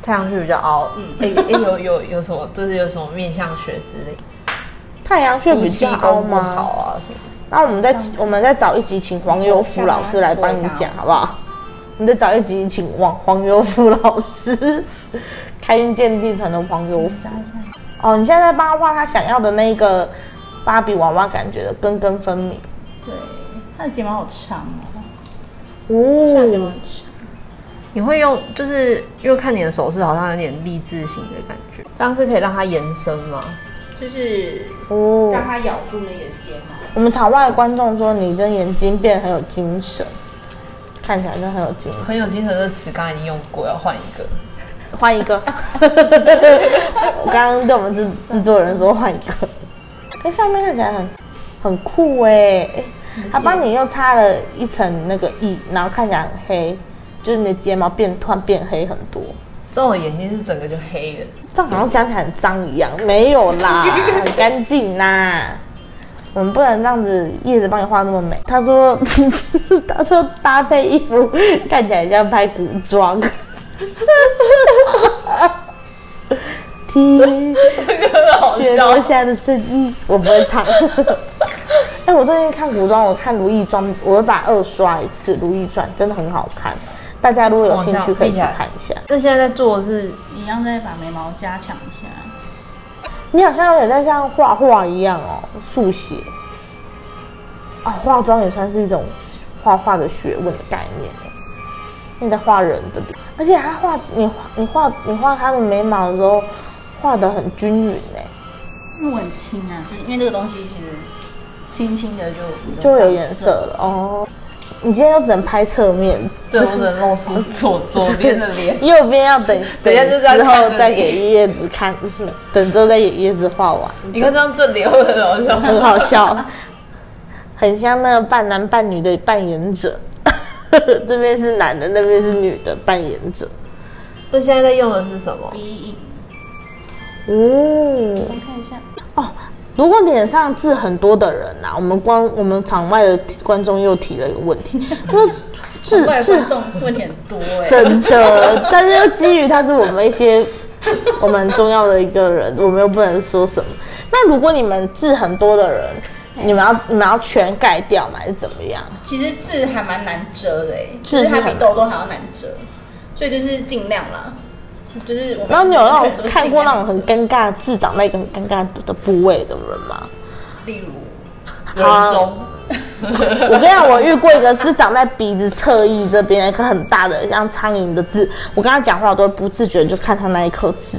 Speaker 4: 太阳穴比较凹，嗯，哎、哎有有有什么？这是有什么面相学之类？
Speaker 1: 太阳穴比
Speaker 4: 夫妻
Speaker 1: 较
Speaker 4: 宫
Speaker 1: 高
Speaker 4: 不
Speaker 1: 吗？
Speaker 4: 好啊什么？
Speaker 1: 那我们再我们再找一集请黄优夫老师来帮你讲好不好？你再找一集请黄黄优夫老师，开运鉴定团的黄优夫。哦，你现在在帮他画他想要的那个芭比娃娃感觉的根根分明。
Speaker 3: 对，它的睫毛好长哦，睫毛
Speaker 1: 哦，
Speaker 3: 很长，
Speaker 4: 你会用，就是因为看你的手势好像有点励志型的感觉，这样是可以让它延伸吗？
Speaker 3: 就是
Speaker 1: 哦
Speaker 3: 让，它咬住那个睫毛，
Speaker 1: 我们场外的观众说你的眼睛变得很有精神，看起来真的很有精神。
Speaker 4: 很有精神的词刚刚已经用过，要换一个。
Speaker 1: 换一个。我刚刚对我们制制作人说换一个，可是下面看起来很很酷哎、他帮你又擦了一层那个液，然后看起来很黑，就是你的睫毛变突然变黑很多，
Speaker 4: 这种眼睛是整个就黑的，
Speaker 1: 这样好像讲起来很脏一样，没有啦，很干净啦。我们不能这样子，叶子帮你画那么美。他说， 他说搭配衣服看起来像拍古装。听
Speaker 4: 好
Speaker 1: 雪落下的声音，我不会唱。哎、我最近看古装，我看《如懿传》，我会把它二刷一次，《如懿传》真的很好看，大家如果有兴趣可以去看一下。
Speaker 4: 那现在在做的是
Speaker 3: 一样再把眉毛加强一下，
Speaker 1: 你好像有点在像画画一样哦，速写。啊，化妆也算是一种画画的学问的概念耶你在画人的脸，而且他画你画你画你画他的眉毛的时候，画的很均匀哎，
Speaker 3: 因为我很轻啊，因为这个东西其实轻轻的就
Speaker 1: 就会有颜色，了哦。你今天就只能拍侧 面，
Speaker 4: 对我只能露出 左左边的脸。
Speaker 1: 右边要等
Speaker 4: 等一下就这样
Speaker 1: 之
Speaker 4: 看着
Speaker 1: 后
Speaker 4: 你
Speaker 1: 再给叶子看，等之后再给叶子画完，
Speaker 4: 你看这样这脸会很好笑。
Speaker 1: 很好笑， 很像那个半男半女的扮演者， 这边是男的，那边是女的扮演者。
Speaker 4: 那现在在用的是什么？
Speaker 3: 鼻影，
Speaker 1: 嗯，
Speaker 3: 我看一下，
Speaker 1: 哦，如果脸上痣很多的人呐、啊，我们观我们场外的观众又提了一个问题，就是痣
Speaker 3: 怪
Speaker 1: 痣
Speaker 3: 观众问题很多哎、
Speaker 1: 真的，但是又基于他是我们一 些我们很重要的一个人，我们又不能说什么。那如果你们痣很多的人，你们要你们要全盖掉吗？还是怎么样？
Speaker 3: 其实痣还蛮难遮的哎、
Speaker 1: 痣
Speaker 3: 就是它
Speaker 1: 很
Speaker 3: 比
Speaker 1: 难
Speaker 3: 痘痘还要难遮，所以就是尽量啦，就是我们。
Speaker 1: 然后你有那种看过那种很，尴尬的痣长在一个很尴尬的部位的人吗？
Speaker 3: 例如
Speaker 2: 人中，
Speaker 1: 我跟你讲，我遇过一个是长在鼻子侧翼这边一颗很大的像苍蝇的痣，我跟他讲话我都会不自觉地就看他那一颗痣。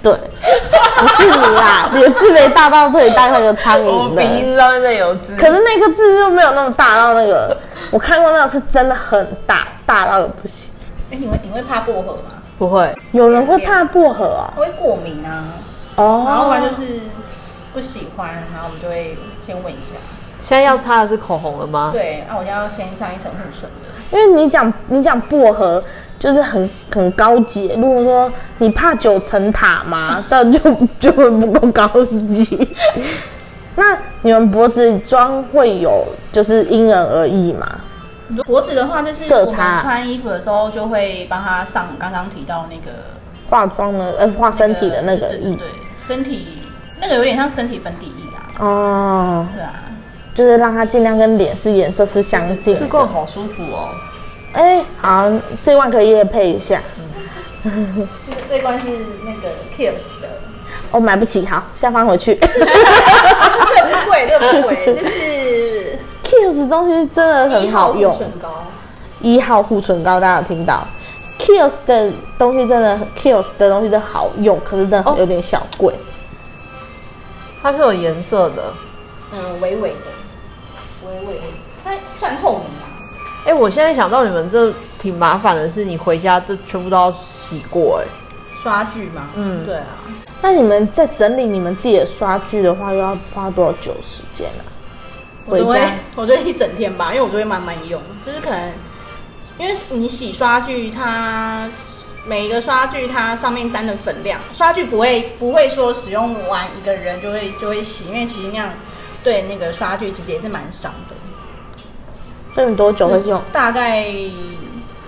Speaker 1: 对，不是你啦，你的痣没大到可以当那个苍
Speaker 4: 我
Speaker 1: 蝇的。
Speaker 4: 鼻子上面在有痣，
Speaker 1: 可是那个字就没有那么大到那个，我看过那个是真的很大，大到不行。
Speaker 3: 哎、你会你会怕薄荷吗？
Speaker 4: 不会，
Speaker 1: 有人会怕薄荷啊？
Speaker 3: 我会过敏啊，然后不然
Speaker 1: 哦，
Speaker 3: 就是不喜欢，然后我们就会先问一下。
Speaker 4: 现在要擦的是口红了吗？
Speaker 3: 对，啊那、我要先上一层护唇的。
Speaker 1: 因为你讲你讲薄荷就是很很高级，如果说你怕九层塔 吗？这就就会不够高级。 那你们脖子装会有就是因人而异嘛？
Speaker 3: 脖子的话，就是
Speaker 1: 色
Speaker 3: 我们
Speaker 1: 差
Speaker 3: 穿衣服的时候就会帮他上刚刚提到那个
Speaker 1: 化妆呢，呃，化身体的那个
Speaker 3: 对对
Speaker 1: 意
Speaker 3: 对对身体那个有点像身体粉底液啊，
Speaker 1: 哦，
Speaker 3: 对啊，
Speaker 1: 就是让它尽量跟脸是颜色是相近的。
Speaker 2: 这罐好舒服哦。
Speaker 1: 哎、好，这万可以也配一下。
Speaker 3: 这个这一罐是那个 Kips 的，
Speaker 1: 我、哦买不起，好，下方回去。
Speaker 3: 这个不贵，这个不贵，这 是
Speaker 1: Kills 东西真的很好用
Speaker 3: 一号护，唇膏，
Speaker 1: 一号护唇膏大家有听到？Kills 的东西真的很，Kills 的东西真的好用，可是真的
Speaker 4: 哦
Speaker 1: 有点小贵。
Speaker 4: 它是有颜色的。
Speaker 3: 嗯，微微的，微微的，它算透明啊，
Speaker 4: 哎、我现在想到你们这挺麻烦的是，你回家就全部都要洗过、哎，
Speaker 3: 刷具嘛，嗯，对啊，
Speaker 1: 那你们在整理你们自己的刷具的话，又要花多久时间啊？
Speaker 3: 我
Speaker 1: 回
Speaker 3: 都会
Speaker 1: 家，
Speaker 3: 我就会一整天吧，因为我就会慢慢用，就是可能因为你洗刷具它。每一个刷具它上面沾的粉量，刷具不会不会说使用完一个人就会就会洗，因为其实那样对那个刷具其实也是蛮伤的。
Speaker 1: 所以你多久会用？
Speaker 3: 大概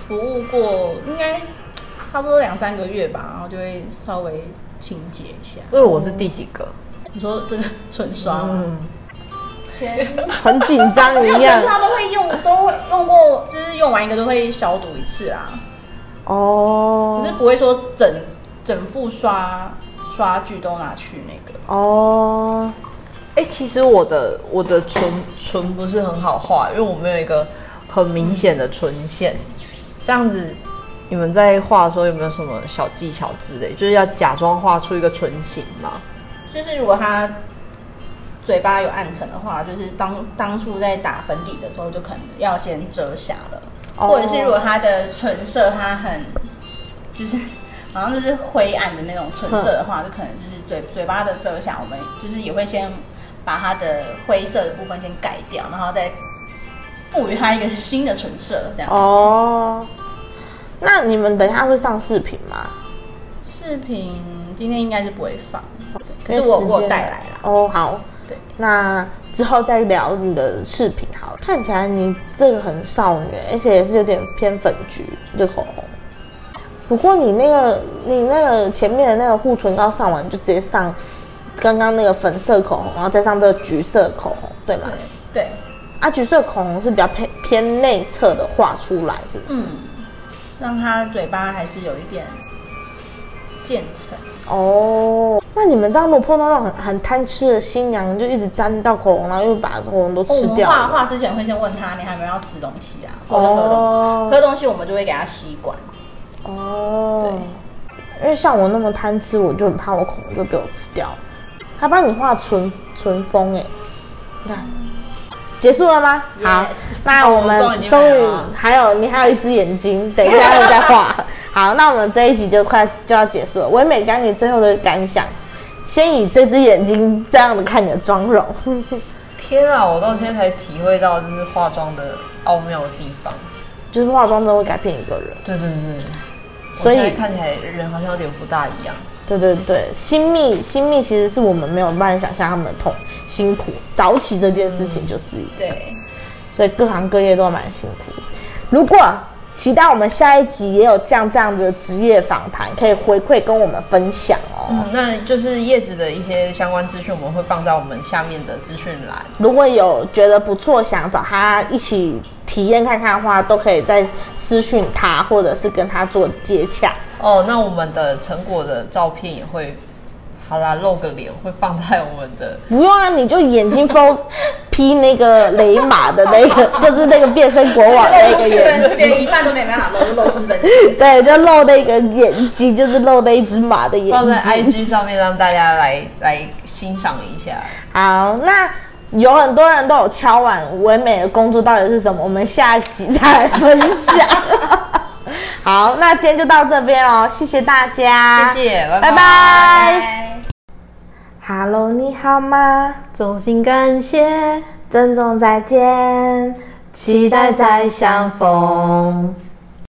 Speaker 3: 服务过应该差不多两三个月吧，然后就会稍微清洁一下。
Speaker 4: 因为我是第几个？
Speaker 3: 你说这个 唇刷吗？
Speaker 1: 嗯
Speaker 3: 前
Speaker 1: 很紧张
Speaker 3: 没有
Speaker 1: 一样
Speaker 3: 唇。 刷都会用，都会用过，就是用完一个都会消毒一次啦，
Speaker 1: 哦
Speaker 3: 可是不会说整整副刷刷具都拿去那个。
Speaker 1: 哦，
Speaker 4: 哎、其实我的我的唇唇不是很好画，因为我没有一个很明显的唇线。这样子，你们在画的时候有没有什么小技巧之类？就是要假装画出一个唇形嘛？
Speaker 3: 就是如果他嘴巴有暗沉的话，就是当当初在打粉底的时候，就可能要先遮瑕了，
Speaker 1: 哦
Speaker 3: 或者是如果他的唇色他很就是好像就是灰暗的那种唇色的话，就可能就是嘴
Speaker 1: 嗯
Speaker 3: 嘴巴的遮瑕，我们就是也会先把它的灰色的部分先改掉，然后再赋予它一个新的唇色，这样。
Speaker 1: 哦，那你们等一下会上视频吗？
Speaker 3: 视频今天应该是不会放，
Speaker 1: 因
Speaker 3: 对
Speaker 1: 为
Speaker 3: 可是我
Speaker 1: 哦时
Speaker 3: 我有
Speaker 1: 间
Speaker 3: 带来了。
Speaker 1: 哦，好，
Speaker 3: 对，
Speaker 1: 那之后再聊你的饰品好了。看起来你这个很少女，而且也是有点偏粉橘的口红。不过你那个你那个前面的那个护唇膏上完就直接上刚刚那个粉色口红，然后再上这个橘色口红，对吗
Speaker 3: 对？对，
Speaker 1: 啊，橘色口红是比较偏偏内侧的画出来，是不是？
Speaker 3: 嗯，让他嘴巴还是有一点渐层。
Speaker 1: 哦，那你们这样如果碰到那种很很贪吃的新娘，就一直沾到口红，然后又把口红都吃
Speaker 3: 哦我们
Speaker 1: 掉
Speaker 3: 画
Speaker 1: 了。
Speaker 3: 画之前会先问他，你还有没有要吃东西啊，或者喝东西。
Speaker 1: 哦
Speaker 3: 喝东西我们就会给他吸管，
Speaker 1: 哦，因为像我那么贪吃，我就很怕我口红就被我吃掉。他帮你画唇唇峰哎，你看，结束了吗？好
Speaker 3: Yes，
Speaker 1: 那哦我
Speaker 2: 终于已
Speaker 1: 们
Speaker 2: 经
Speaker 1: 终
Speaker 2: 没
Speaker 1: 于
Speaker 2: 了
Speaker 1: 还有你还有一只眼 睛，等一下会再画。好，那我们这一集就快就要结束了。唯美讲你最后的感想，先以这只眼睛这样的看你的妆容，
Speaker 4: 天啊，我到现在才体会到就是化妆的奥妙的地方。
Speaker 1: 就是化妆真的会改变一个人，
Speaker 4: 对对对，
Speaker 1: 所
Speaker 4: 我现
Speaker 1: 以
Speaker 4: 在看起来人好像有点不大一样。
Speaker 1: 对对对，新密新密其实是我们没有办法想象他们的痛辛苦，早起这件事情就是，
Speaker 3: 对，
Speaker 1: 所以各行各业都蛮辛苦。如果期待我们下一集也有这样这样的职业访谈，可以回馈跟我们分享哦。
Speaker 4: 嗯，那就是叶子的一些相关资讯，我们会放到我们下面的资讯栏。
Speaker 1: 如果有觉得不错，想找他一起体验看看的话，都可以再私讯他，或者是跟他做接洽。
Speaker 4: 哦，那我们的成果的照片也会，好啦，露个脸会放在我们的
Speaker 1: 不用啊，你就眼睛封披那个雷马的那个，就是那个变身国王的那哎个
Speaker 3: 十
Speaker 1: 眼睛
Speaker 3: 分钱一半都没办法露，就露十分钱。
Speaker 1: 对，就露那个眼睛，就是露那一只马的眼
Speaker 4: 放在
Speaker 1: 睛。
Speaker 4: IG 上面，让大家来来欣赏一下。
Speaker 1: 好，那有很多人都有敲碗唯美的工作到底是什么，我们下集再来分 享。好，那今天就到这边哦，谢谢大家，
Speaker 4: 谢谢拜拜
Speaker 1: 拜拜。
Speaker 3: 拜。
Speaker 1: Hello，你好吗？
Speaker 4: 衷心感谢，
Speaker 1: 珍重再见，
Speaker 4: 期待再相逢。